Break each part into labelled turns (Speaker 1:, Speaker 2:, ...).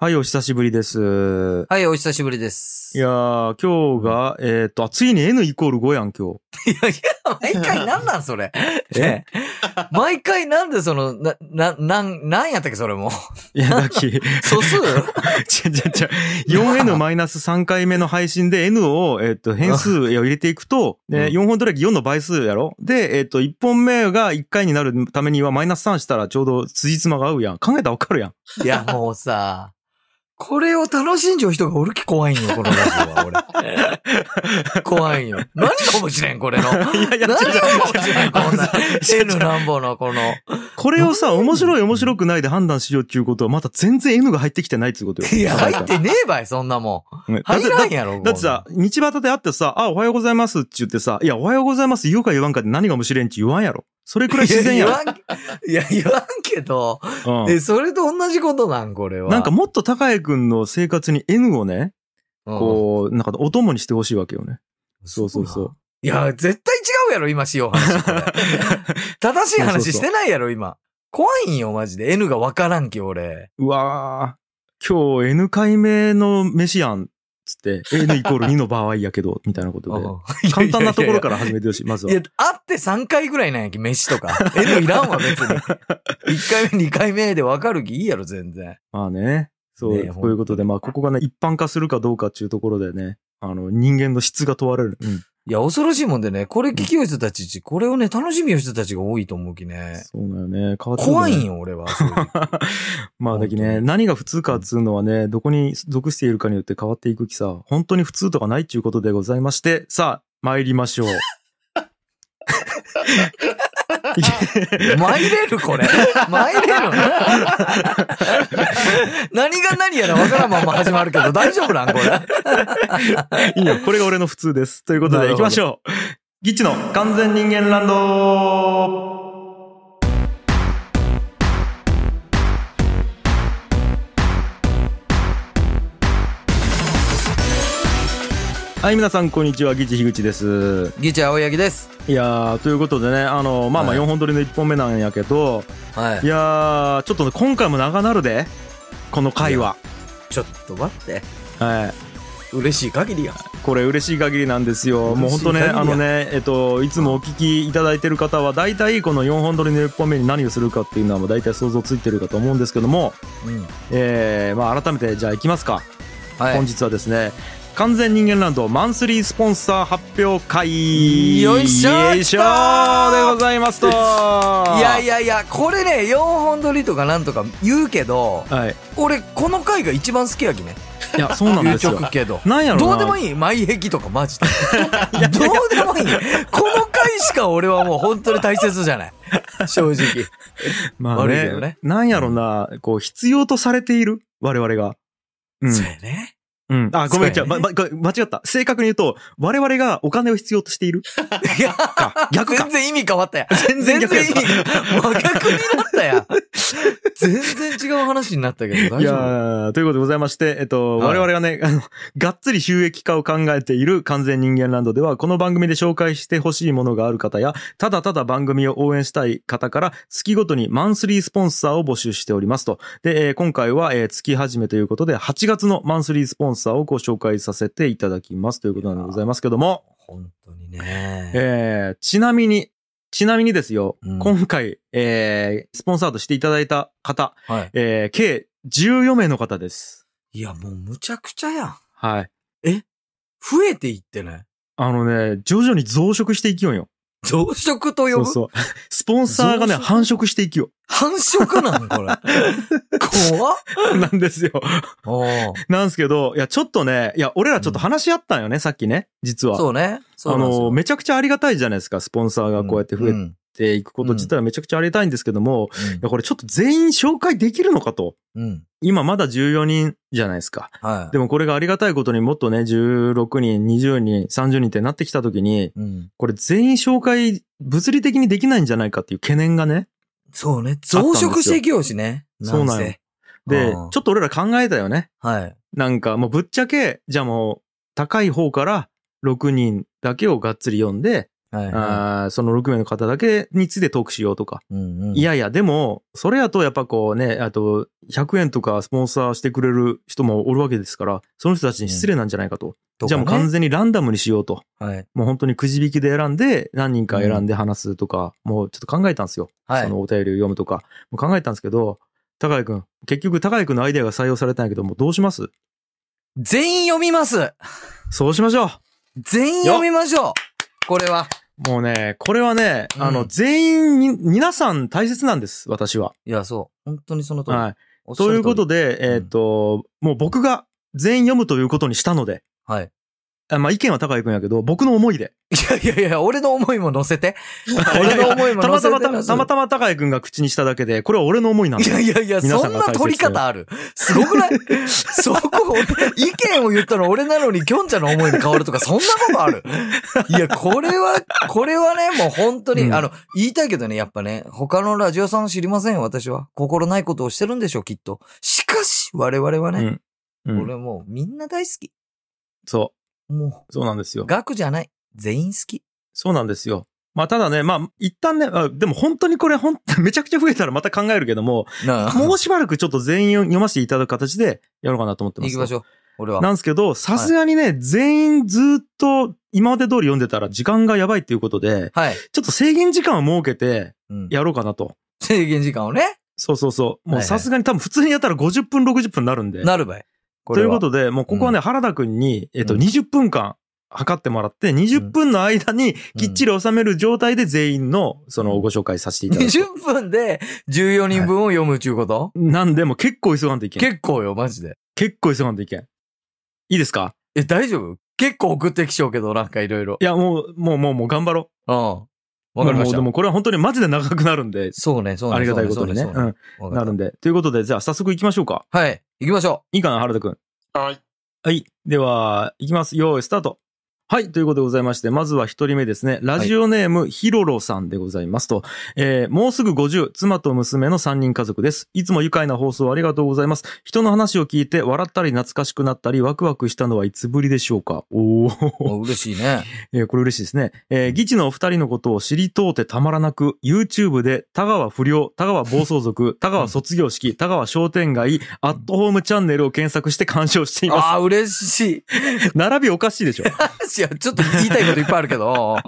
Speaker 1: はい、お久しぶりです。
Speaker 2: はい、お久しぶりです。
Speaker 1: いやー、今日が、えーっと、あついに N イコール5やん、今日。
Speaker 2: いや、いや、毎回なんなんそれ。ね 毎回なんでその、な、な、なん、なんやったっけそれもう。
Speaker 1: いや、だ き、
Speaker 2: 素数
Speaker 1: ちゃちゃちゃ、4N-3 回目の配信で N を、えーっと、変数を入れていくと、で
Speaker 2: うん
Speaker 1: 4本トラック4の倍数やろで、えーっと、1本目が1回になるためにはマイナス3したらちょうど辻褄が合うやん。考えたらわかるやん。
Speaker 2: いや、もうさ、これを楽しんじゃう人がおるき怖いんよ、このラジオは、俺。怖いんよ。何が面白いん、これの。何が
Speaker 1: いやいや、違う
Speaker 2: 面白いん、こんな。
Speaker 1: 違う違う
Speaker 2: N なんぼの、この。
Speaker 1: これをさ、面白い面白くないで判断しようっていうことは、また全然 N が入ってきてないっていうことよ。
Speaker 2: いや、入ってねえばい、そんなも
Speaker 1: う
Speaker 2: ん。
Speaker 1: んだっ
Speaker 2: 入
Speaker 1: て
Speaker 2: らんやろ、
Speaker 1: だってさ、道端で会ってさ、あ、おはようございますって言ってさ、いや、おはようございます言うか言わんかで何が面白いんって言わんやろ。それくらい自然や
Speaker 2: い
Speaker 1: ろ
Speaker 2: や。言わんいや、言わんけど、
Speaker 1: うん
Speaker 2: え、それと同じことなん、これは。
Speaker 1: なんかもっと高江くんの生活に N をね、
Speaker 2: うん、
Speaker 1: こう、なんかお供にしてほしいわけよね。そうそうそう。
Speaker 2: いや、絶対違うやろ、今しよう 話。これ正しい話してないやろ、今。怖いんよ、マジで。N がわからんけ、俺。。
Speaker 1: うわー、今日 N 回目の飯やん。つって、N イコール2の場合やけど、みたいなことで。 簡単なところからら始めてほしい、まず
Speaker 2: いや
Speaker 1: は。、
Speaker 2: あって3回ぐらいなんやき、飯とか。N いらんわ、別に。1回目、2回目でわかるき、いいやろ、全然。
Speaker 1: まあね。そう、
Speaker 2: ねえ
Speaker 1: こういうことで、まあここがね、一般化するかどうかっていうところでね、あの、人間の質が問われる。うん
Speaker 2: いや、恐ろしいもんでね、これ聞きよう人たちち、これをね、楽しみよう人たちが多いと思うきね。
Speaker 1: そうだよね。変わってくるね
Speaker 2: 怖いんよ、俺は。正直
Speaker 1: まあだき
Speaker 2: 本
Speaker 1: ね、
Speaker 2: 当に
Speaker 1: 何が普通かっつうのはね、どこに属しているかによって変わっていくきさ、本当に普通とかないっちゅうことでございまして、さあ、参りましょう。いけ
Speaker 2: 参れるこれ。参れる 何が何やら分からんまま始まるけど、大丈夫なんこれ。
Speaker 1: いいよ、これが俺の普通です。ということ
Speaker 2: な
Speaker 1: で、
Speaker 2: る
Speaker 1: 行き
Speaker 2: ほど
Speaker 1: ましょう。ギッチの完全人間ランドはい、皆さん、こんにちは。ギッチ樋口です。
Speaker 2: ギチ青柳です。
Speaker 1: いやーということでねあのまあまあ
Speaker 2: はい
Speaker 1: 4本撮りの1本目なんやけど、、
Speaker 2: はいい。
Speaker 1: やーちょっとね今回も長なるでこの回は、
Speaker 2: ちょっと待って。
Speaker 1: はい、
Speaker 2: 嬉しい限りや。
Speaker 1: これ嬉しい限りなんですよもう本当ね
Speaker 2: 嬉しい限りや
Speaker 1: あのねえっといつもお聞きいただいてる方は大体この4本撮りの1本目に何をするかっていうのはもう大体想像ついてるかと思うんですけども、
Speaker 2: うん。
Speaker 1: えーまあ、改めてじゃあいきますか、
Speaker 2: は
Speaker 1: 本日はですね完全人間ランドマンスリースポンサー発表会
Speaker 2: よいしょ
Speaker 1: よいしょでございますとい
Speaker 2: い。いやいやいや、これね、4本撮りとかなんとか言うけど、
Speaker 1: はい、
Speaker 2: 俺、この回が一番好きやきね。
Speaker 1: いやそうなん
Speaker 2: 言
Speaker 1: で
Speaker 2: う
Speaker 1: す
Speaker 2: と
Speaker 1: よ
Speaker 2: くけど。
Speaker 1: なんやろ
Speaker 2: どうでも
Speaker 1: い
Speaker 2: いい前壁とか マジで。どうでもいい。この回しか俺はもう本当に大切じゃない。正直。
Speaker 1: まあ
Speaker 2: 悪いけ
Speaker 1: ね
Speaker 2: どね
Speaker 1: なんやろな、こう、必要とされている我々が。うん。
Speaker 2: そうやね。
Speaker 1: うん。あ、ごめん、
Speaker 2: そ
Speaker 1: 違う、
Speaker 2: うや
Speaker 1: ま、
Speaker 2: ね
Speaker 1: ま、ごめん間違った。正確に言うと、我々がお金を必要としている。
Speaker 2: いや、
Speaker 1: か、逆か
Speaker 2: 全。然意味変わったやん。
Speaker 1: 全然
Speaker 2: 全
Speaker 1: 逆やっ
Speaker 2: 然意
Speaker 1: た。
Speaker 2: 味
Speaker 1: い
Speaker 2: が、真逆になったやん。 全然違う話になったけど、大
Speaker 1: や
Speaker 2: 丈
Speaker 1: ーということでございまして、えっと、
Speaker 2: はい
Speaker 1: 我々がね、あの、がっつり収益化を考えている完全人間ランドでは、この番組で紹介してほしいものがある方や、ただただ番組を応援したい方から、月ごとにマンスリースポンサーを募集しておりますと。で、えー今回は、えー月始めということで、8月のマンスリースポンサーをご紹介させていただきますということなんでございますけども、
Speaker 2: 夫。本当にね。
Speaker 1: えーちなみに、ちなみにですよ、
Speaker 2: うん
Speaker 1: 今回、えースポンサーとしていただいた方、
Speaker 2: はい。
Speaker 1: えー計14名の方です。
Speaker 2: いや、もうむちゃくちゃやん。
Speaker 1: はい。
Speaker 2: 増えていってね。
Speaker 1: あのね、徐々に増殖していきようよ。
Speaker 2: 増殖と呼ぶ
Speaker 1: そうそう。スポンサーがね、
Speaker 2: 増殖
Speaker 1: 繁殖していきよ
Speaker 2: 繁殖なんこれ。 怖っ
Speaker 1: う。なんですよ。
Speaker 2: おー
Speaker 1: なんですけど、いや、ちょっとね、いや、俺らちょっと話し合ったんよね、さっきね、実は。
Speaker 2: そうね。そ
Speaker 1: あ
Speaker 2: うなんですよ
Speaker 1: の、めちゃくちゃありがたいじゃないですか、スポンサーがこうやって増え
Speaker 2: うん
Speaker 1: ていくこと自体はめちゃくちゃありがたいんですけども、いや、これちょっと全員紹介できるのかと。
Speaker 2: うん。うん。
Speaker 1: 今まだ14人じゃないですか。
Speaker 2: はい。
Speaker 1: でもこれがありがたいことにもっとね、16人、20人、30人ってなってきたときに、
Speaker 2: うん。
Speaker 1: これ全員紹介物理的にできないんじゃないかっていう懸念がね。
Speaker 2: そうね。
Speaker 1: たん
Speaker 2: 増
Speaker 1: ですよ
Speaker 2: 殖していきようしね。
Speaker 1: そうなんよ
Speaker 2: せ
Speaker 1: で、ち
Speaker 2: あ
Speaker 1: ょ
Speaker 2: ー
Speaker 1: っと俺ら考えたよね。
Speaker 2: はい。
Speaker 1: なんかもうぶっちゃけ、じゃあもう高い方から6人だけをがっつり読んで、
Speaker 2: はいは
Speaker 1: あーその6名の方だけについてトークしようとか。
Speaker 2: い。うんうん
Speaker 1: いやいや、でも、それやとやっぱこうね、あと、100円とかスポンサーしてくれる人もおるわけですから、その人たちに失礼なんじゃないかと。
Speaker 2: とかね
Speaker 1: じゃあもう完全にランダムにしようと。
Speaker 2: はい。
Speaker 1: もう本当にくじ引きで選んで、何人か選んで話すとか、もうちょっと考えたんですよ。
Speaker 2: はい
Speaker 1: そのお便りを読むとか。もう考えたんですけど、高井くん、結局高井くんのアイデアが採用されたんやけど、もうどうします
Speaker 2: 全員読みます
Speaker 1: そうしましょう
Speaker 2: 全員読みましょうこれは。
Speaker 1: もうね、これはね、
Speaker 2: うん
Speaker 1: あの、全員に、皆さん大切なんです、私は。
Speaker 2: いや、そう。本当にその通り。
Speaker 1: はい。
Speaker 2: おっしゃ
Speaker 1: という
Speaker 2: る通り
Speaker 1: ことで、えっ、と、もう僕が全員読むということにしたので、
Speaker 2: はい。
Speaker 1: あまあ意見は高井くんやけど、僕の思いで。
Speaker 2: いやいやいや、俺の思いも乗 せて。俺の思いも
Speaker 1: た
Speaker 2: 乗
Speaker 1: ま
Speaker 2: せ
Speaker 1: た
Speaker 2: て
Speaker 1: また、たまたま高井くんが口にしただけで、これは俺の思いなん
Speaker 2: い
Speaker 1: で。
Speaker 2: やいやいや、
Speaker 1: 皆
Speaker 2: そ
Speaker 1: さん
Speaker 2: ん
Speaker 1: が
Speaker 2: な
Speaker 1: 大切
Speaker 2: 取り方ある。すごくない そこ、俺意見を言ったの俺なのに、きょんちゃんの思いに変わるとか、そんなことあるいや、これは、これはね、もう本当に、
Speaker 1: うん
Speaker 2: あの、言いたいけどね、やっぱね、他のラジオさん知りませんよ、私は。心ないことをしてるんでしょう、きっと。しかし、我々はね、
Speaker 1: うん
Speaker 2: 俺もうみんな大好き。
Speaker 1: そ
Speaker 2: も
Speaker 1: う。そうなんです
Speaker 2: う、
Speaker 1: よ。
Speaker 2: 額じゃない。全員好き。
Speaker 1: そうなんですよ。まあただね、まあ一旦ね、あでも本当に これほんめちゃくちゃ増えたらまた考えるけども、
Speaker 2: なあ、
Speaker 1: もうしばらくちょっと全員読ませていただく形でやろうかなと思ってます。
Speaker 2: 行きましょう。俺は。
Speaker 1: なんですけど、さすがにね、全員ずっと今まで通り読んでたら時間がやばいっていうことで、
Speaker 2: はい。
Speaker 1: ちょっと制限時間を設けて
Speaker 2: うん、
Speaker 1: やろうかなと。
Speaker 2: 制限時間をね、
Speaker 1: そうそうそう。もう
Speaker 2: はいはい
Speaker 1: さすがに多分普通にやったら50分、60分になるんで。
Speaker 2: なるばい。
Speaker 1: というこ
Speaker 2: で、
Speaker 1: とで、もうここはね、原田くんに、えっと、
Speaker 2: うん
Speaker 1: 20分間測ってもらって、20分の間にきっちり収める状態で全員の、その、ご紹介させていただく。
Speaker 2: 20分で14人分を読むちゅうこと、
Speaker 1: なんで、もう結構急がんといけん。
Speaker 2: 結構よ、マジで。
Speaker 1: 結構急がんといけん。いいですか
Speaker 2: え、大丈夫結構送ってきちゃうけど、なんかいろいろ
Speaker 1: い。や、もう、もう、もう、もう頑張ろ
Speaker 2: うん。わ
Speaker 1: う。
Speaker 2: かりまし
Speaker 1: もうもう
Speaker 2: た
Speaker 1: で。もこれは本当にマジで長くなるんで、
Speaker 2: そうね、そうね。
Speaker 1: ありがたいことにね。
Speaker 2: そう
Speaker 1: うん。
Speaker 2: そう
Speaker 1: なるんで。ということで、じゃあ早速行きましょうか。
Speaker 2: はい。行きましょ
Speaker 1: いいかな、原田くん。
Speaker 3: はい。
Speaker 1: はい。では、行きます。よーい、スタート。はい。ということでございまして、まずは一人目ですね。ラジオネーム、ヒロロさんでございますと。えー、もうすぐ50、妻と娘の3人家族です。いつも愉快な放送ありがとうございます。人の話を聞いて、笑ったり懐かしくなったり、ワクワクしたのはいつぶりでしょうかお
Speaker 2: う。
Speaker 1: ー。
Speaker 2: お嬉し いね。
Speaker 1: えーこれ嬉しいですね。えー、議事のお二人のことを知りとうてたまらなく、YouTube で、田川不良、田川暴走族、田川卒業式、田川商店街、アットホームチャンネルを検索して鑑賞しています。
Speaker 2: ああ、嬉し
Speaker 1: 並びおかしい でしょ。
Speaker 2: い。いや、ちょっと言いたいこといっぱいある けど。はい。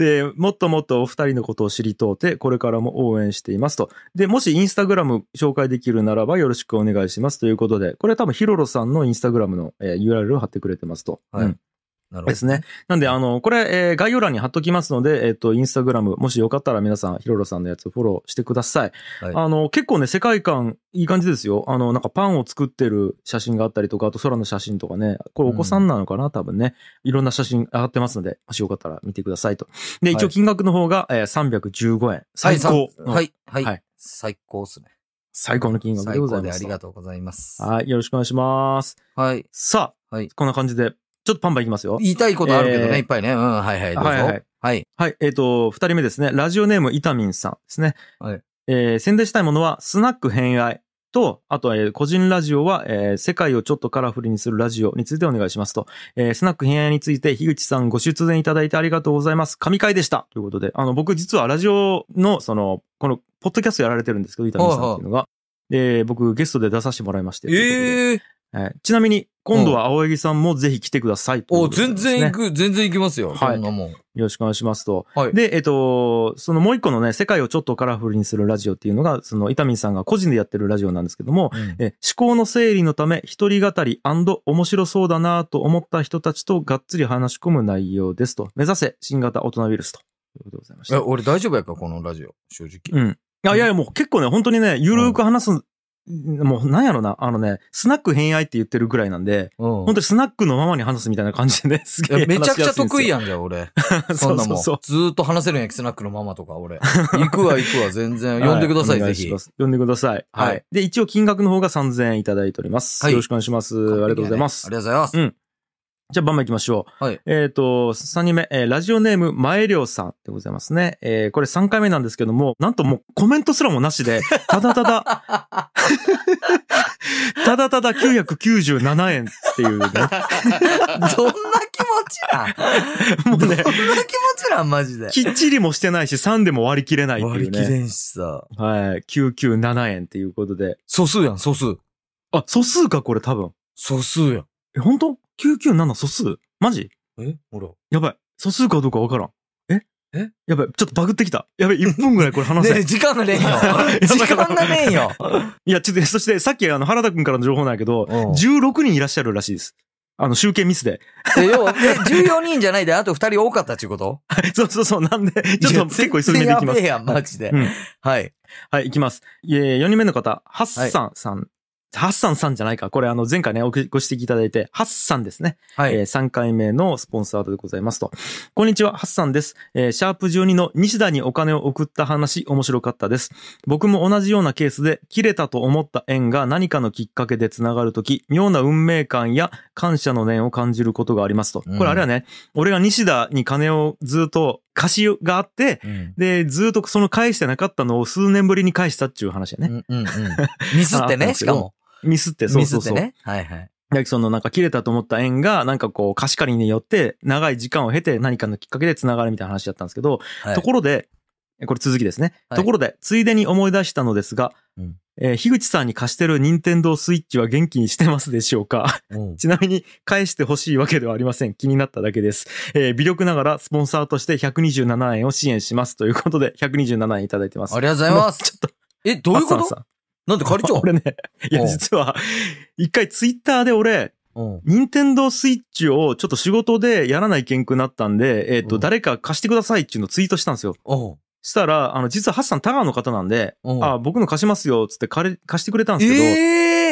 Speaker 1: えーもっともっとお二人のことを知りとうて、これからも応援していますと。で、もしインスタグラム紹介できるならばよろしくお願いしますということで、これ多分ヒロロさんのインスタグラムの、えー URL を貼ってくれてますと。
Speaker 2: はい
Speaker 1: うん
Speaker 2: なるほ
Speaker 1: で
Speaker 2: ど。
Speaker 1: すね。なんで、あの、これ、えー概要欄に貼っときますので、えっ、と、インスタグラム、もしよかったら皆さん、ヒロロさんのやつフォローしてください。
Speaker 2: はい
Speaker 1: あの、結構ね、世界観、いい感じですよ。あの、なんかパンを作ってる写真があったりとか、あと空の写真とかね、これお子さんなのかな、多分ね。いろんな写真上がってますので、もしよかったら見てくださいと。で、一
Speaker 2: は
Speaker 1: 応
Speaker 2: い
Speaker 1: 金額の方が、えー315円。最高、うん
Speaker 2: はい、はい。
Speaker 1: は
Speaker 2: はいい。最高っすね。
Speaker 1: 最高の金額で
Speaker 2: 最
Speaker 1: ござ
Speaker 2: 高
Speaker 1: い
Speaker 2: で
Speaker 1: ま
Speaker 2: あ
Speaker 1: す
Speaker 2: り。がとうございます。
Speaker 1: はい、よろしくお願いします。
Speaker 2: はい。
Speaker 1: さあ、
Speaker 2: はい
Speaker 1: こんな感じで、ちょっとパンパンいきますよ。
Speaker 2: 言いたいことあるけど
Speaker 1: えー
Speaker 2: ね、いっぱいね。うん、はいはい。どうぞ。
Speaker 1: はいはい
Speaker 2: はい。
Speaker 1: はい、えっ、と、二人目ですね。ラジオネーム、イタミンさんですね。
Speaker 2: はい。
Speaker 1: えー宣伝したいものは、スナック偏愛と、あとは、えー個人ラジオは、えー世界をちょっとカラフルにするラジオについてお願いしますと。えースナック偏愛について、樋口さんご出演いただいてありがとうございます。神回でした。ということで、あの、僕実はラジオの、その、この、ポッドキャストやられてるんですけど、イタミンさんっていうのが。えー僕ゲストで出させてもらいまして。
Speaker 2: ええー。
Speaker 1: えはい、ちなみに、今度は青柳さんもぜひ来てくださいというこ
Speaker 2: お、
Speaker 1: とで
Speaker 2: 全
Speaker 1: ですね、
Speaker 2: 然行く、全然行きますよ。
Speaker 1: はい
Speaker 2: そんなもん。
Speaker 1: よろしくお願いしますと。
Speaker 2: はい
Speaker 1: で、えっと、そのもう一個のね、世界をちょっとカラフルにするラジオっていうのが、その、伊丹さんが個人でやってるラジオなんですけども、
Speaker 2: うん
Speaker 1: え思考の整理のため、一人語り面白そうだなと思った人たちとがっつり話し込む内容ですと。目指せ、新型大人ウイルスと。ということでございまし
Speaker 2: え、
Speaker 1: た。
Speaker 2: 俺大丈夫やから、このラジオ、正直。
Speaker 1: うん。あいやいや、もう結構ね、本当にね、ゆるーく話す、もうなんやろな、あのね、スナック偏愛って言ってるぐらいなんで、
Speaker 2: うん
Speaker 1: 本当にスナックのままに話すみたいな感じでね、すげ
Speaker 2: い
Speaker 1: え
Speaker 2: やめちゃくちゃ得意
Speaker 1: や
Speaker 2: やんじゃん、俺。
Speaker 1: んです
Speaker 2: そ
Speaker 1: よ。
Speaker 2: んなも ん。
Speaker 1: そうそうそう
Speaker 2: ずーっと話せるんや、スナックのママとか、 俺。行くわ、行くわ、全然。呼んでくださ
Speaker 1: はお
Speaker 2: い、ぜ
Speaker 1: 願
Speaker 2: ひ
Speaker 1: しま。す呼んでください。は
Speaker 2: はい
Speaker 1: い。で、一応金額の方が3000円いただいております。
Speaker 2: はい
Speaker 1: よろしくお願いします。ありがとうございます
Speaker 2: あ。りがとうございます。
Speaker 1: うんじゃあ、バンバン行きましょう。
Speaker 2: はい
Speaker 1: えっ、と、3人目、えーラジオネーム、前良さんでございますね。えーこれ3回目 なんですけども、なんともうコメントすらもなしで、ただただ、ただただ997円っていうね。
Speaker 2: どんな気持ちな ん
Speaker 1: もう
Speaker 2: どんな
Speaker 1: ね
Speaker 2: 気持ちなんマジで。
Speaker 1: きっちりもしてないし、3でも割り切れないってい
Speaker 2: 割
Speaker 1: う
Speaker 2: り切
Speaker 1: ね。
Speaker 2: れんしさ。
Speaker 1: はい。997円っていうことで。
Speaker 2: 素数やん、素数。
Speaker 1: あ、素数か、これ多分。
Speaker 2: 素数やん。
Speaker 1: え、本当 ?997 素数マジ
Speaker 2: えほら。
Speaker 1: やばい。素数かどうかわからん。え
Speaker 2: え
Speaker 1: やばい。ちょっとバグってきた。やばい。1分ぐらいこれ話せん。
Speaker 2: ねえ時間がねえよ 時間がねえよ。
Speaker 1: いや、ちょっと、そしてさっきあの原田くんからの情報なんやけど、
Speaker 2: うん
Speaker 1: 16人いらっしゃるらしいです。あの、集計ミスで。
Speaker 2: え、要は、え14人じゃないで、あと2人多かったっていうこと
Speaker 1: そうそうそう。なんで、 ちょっと結構急ぎでいきま
Speaker 2: い
Speaker 1: す。
Speaker 2: や、やべえやん、マジで
Speaker 1: う。ん
Speaker 2: はい。
Speaker 1: はい、いきます。えー、4人目の方、ハッサンさん。ハッサンさんじゃないか。これ、あの、前回ね、おくご指摘いただいて、ハッサンですね。
Speaker 2: は
Speaker 1: えー
Speaker 2: い。
Speaker 1: 3回目のスポンサーでございますと。こんにちは、ハッサンです。えーシャープ12の西田にお金を送った話、面白かったです。僕も同じようなケースで、切れたと思った縁が何かのきっかけで繋がるとき、妙な運命感や感謝の念を感じることがありますと。こ
Speaker 2: うん
Speaker 1: れあれはね、俺が西田に金をずっと貸しがあって、
Speaker 2: うん
Speaker 1: で、ずっとその返してなかったのを数年ぶりに返したっていう話や
Speaker 2: う
Speaker 1: ね。
Speaker 2: んうんうん。ミスって
Speaker 1: ああったんで
Speaker 2: ね、
Speaker 1: す
Speaker 2: し
Speaker 1: けど
Speaker 2: かも。
Speaker 1: ミスって、そう
Speaker 2: ミ
Speaker 1: そ
Speaker 2: スっ
Speaker 1: うそ
Speaker 2: て
Speaker 1: う。
Speaker 2: ね。はいはい。
Speaker 1: ヤキソンのなんか切れたと思った縁が、なんかこう、貸し借りによって、長い時間を経て何かのきっかけで繋がるみたいな話だったんですけど、
Speaker 2: はい
Speaker 1: ところで、えこれ続きですね。
Speaker 2: はい
Speaker 1: ところで、ついでに思い出したのですが、
Speaker 2: うん
Speaker 1: えー樋口さんに貸してる任天堂スイッチは元気にしてますでしょうか
Speaker 2: うん
Speaker 1: ちなみに、返してほしいわけではありません。気になっただけです。えー微力ながら、スポンサーとして127円を支援します。ということで、127円いただいてます。
Speaker 2: ありがとうございます。
Speaker 1: ちょっと、
Speaker 2: え、どういう
Speaker 1: ハ
Speaker 2: こ
Speaker 1: ッサン
Speaker 2: と
Speaker 1: さん
Speaker 2: なんで借りちゃう
Speaker 1: 俺ね、いや、
Speaker 2: うん
Speaker 1: 実は、一回ツイッターで俺、
Speaker 2: うん。
Speaker 1: 任天堂スイッチをちょっと仕事でやらない研究になったんで、えっ、と、
Speaker 2: うん
Speaker 1: 誰か貸してくださいっていうのをツイートしたんですよ。
Speaker 2: おう
Speaker 1: したら、あの、実はハッサンタガーの方なんで、
Speaker 2: おう
Speaker 1: あ、僕の貸しますよ、つって借り、貸してくれたんですけど、
Speaker 2: え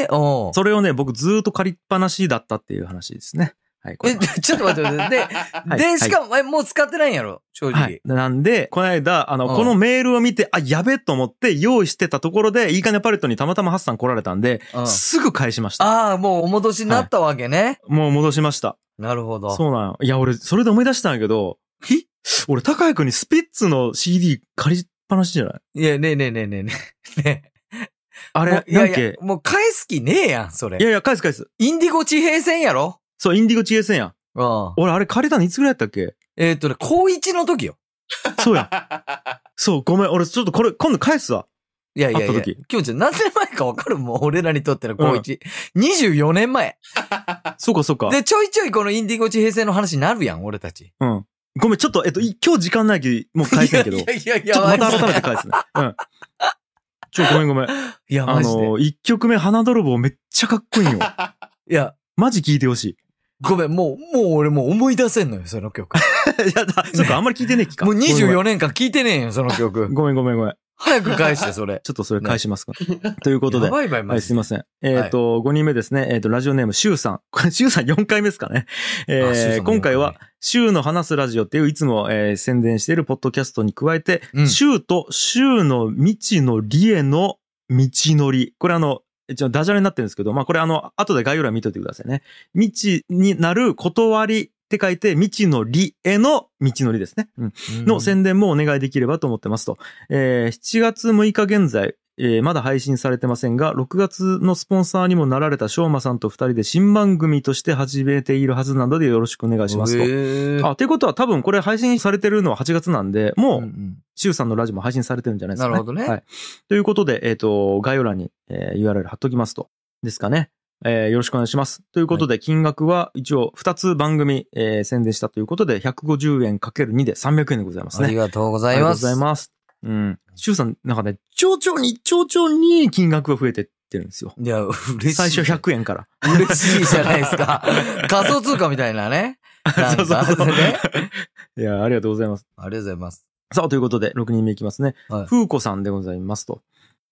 Speaker 2: えおう
Speaker 1: それをね、僕ずーっと借りっぱなしだったっていう話ですね。はい、これ
Speaker 2: え、ちょっと待って待って。
Speaker 1: はい
Speaker 2: で、で、しかも、え、もう使ってないんやろ正
Speaker 1: は
Speaker 2: 直
Speaker 1: い。。なんで、この間、あの、
Speaker 2: うん
Speaker 1: このメールを見て、あ、やべえと思って用意してたところで、いいかねパレットにたまたまハッサン来られたんで、
Speaker 2: うん
Speaker 1: すぐ返しました。
Speaker 2: ああ、もうお戻しになったわけね。
Speaker 1: もう戻しました。
Speaker 2: なるほど。
Speaker 1: そうなんよいや、俺、それで思い出したんやけど、
Speaker 2: え
Speaker 1: 俺、高井くんにスピッツの CD 借りっぱなしじゃない
Speaker 2: いや、ねえねえねえねえねえ。 ね
Speaker 1: あ
Speaker 2: え
Speaker 1: れ、
Speaker 2: もうい
Speaker 1: な
Speaker 2: や
Speaker 1: ん
Speaker 2: いや
Speaker 1: け、、
Speaker 2: もう返す気ねえやん、それ
Speaker 1: い。やいや、返す返す。
Speaker 2: インディゴ地平線やろ
Speaker 1: そう、インディゴ知恵戦やん。
Speaker 2: うん。
Speaker 1: 俺、あれ借りたのいつぐらいやったっけ
Speaker 2: えっとね、高一の時よ。
Speaker 1: そうや。そう、ごめん。俺、ちょっとこれ、今度返すわ。
Speaker 2: いやいやい
Speaker 1: 会
Speaker 2: や
Speaker 1: った時。
Speaker 2: きょちゃん、何年前かわかるもん、俺らにとっての高一。24年前。
Speaker 1: そうか、そうか。
Speaker 2: で、ちょいちょいこのインディゴ地平線の話になるやん、俺たち。
Speaker 1: うん。ごめん、ちょっと、えっと、い今日時間ないけど、もう返せんけど。
Speaker 2: い
Speaker 1: ちょ
Speaker 2: やいやい
Speaker 1: っ
Speaker 2: や、
Speaker 1: とま
Speaker 2: マ
Speaker 1: た
Speaker 2: ジ
Speaker 1: 改
Speaker 2: で。
Speaker 1: めて返すね。うん。ちょ、ごめんごめん。あ
Speaker 2: いや、
Speaker 1: の
Speaker 2: マジで。
Speaker 1: ー、一曲目、花泥棒めっちゃかっこいい よ。
Speaker 2: いや、
Speaker 1: マジ聴いてほしい。い
Speaker 2: ごめん、もう、もう俺もう思い出せんのよ、そ の曲。
Speaker 1: や、だそっか、あんまり聴いてねえきか。
Speaker 2: もう24年間聴いてねえよ、その曲。
Speaker 1: ごめんごめんごめん。
Speaker 2: 早く返して、それ。
Speaker 1: ちょっとそれ返しますか。 ということで
Speaker 2: や。ばいばい、
Speaker 1: は
Speaker 2: マ
Speaker 1: い、す
Speaker 2: ジ
Speaker 1: い
Speaker 2: で。
Speaker 1: ません。えっ、と、5人目ですね。えっ、と、ラジオネーム、シュウさん。 これ、シュウさん4回目ですかね。
Speaker 2: あシュウ
Speaker 1: え
Speaker 2: さ
Speaker 1: ー、
Speaker 2: んも
Speaker 1: 今回
Speaker 2: 四
Speaker 1: は
Speaker 2: 回、
Speaker 1: シュウの話すラジオっていう、いつも、えー宣伝しているポッドキャストに加えて、
Speaker 2: うん
Speaker 1: シュウとシュウの未知の理への道のり。これあの、一応ダジャレになってるんですけど、まあ、これあの、後で概要欄見といてくださいね。未知になる断りって書いて、未知の理への道のりですね。うん。の宣伝もお願いできればと思ってますと。えー7月6日現在、えーまだ配信されてませんが、6月のスポンサーにもなられた翔馬さんと2人で新番組として始めているはずなのでよろしくお願いしますと。
Speaker 2: と
Speaker 1: あ、ということは多分これ配信されてるのは8月なんで、もう、シュウさんのラジオも配信されてるんじゃないですか、ね。
Speaker 2: なるほどね
Speaker 1: はい。ということで、えっ、と、概要欄に、えー URL 貼っときますと。ですかね。えーよろしくお願いします。ということで、金額は一応2つ番組、えー宣伝したということで、150円 ×2 で300円でございます
Speaker 2: あ
Speaker 1: ね
Speaker 2: り。がとう
Speaker 1: あ
Speaker 2: ござ
Speaker 1: り
Speaker 2: い
Speaker 1: がとう
Speaker 2: ま
Speaker 1: ござい
Speaker 2: す。
Speaker 1: ます。うん。シュウさん、なんかね、徐々に、徐々に金額が増えてってるんですよ。
Speaker 2: いや、嬉しい。
Speaker 1: 最初100円から。
Speaker 2: 嬉しいじゃないです か。仮想通貨みたいなね。な ん
Speaker 1: そう
Speaker 2: か
Speaker 1: そうそう
Speaker 2: ね。
Speaker 1: いや、ありがとうございます。
Speaker 2: ありがとうございます。
Speaker 1: さあ、ということで、6人目いきますね。
Speaker 2: はい
Speaker 1: フーコさんでございますと。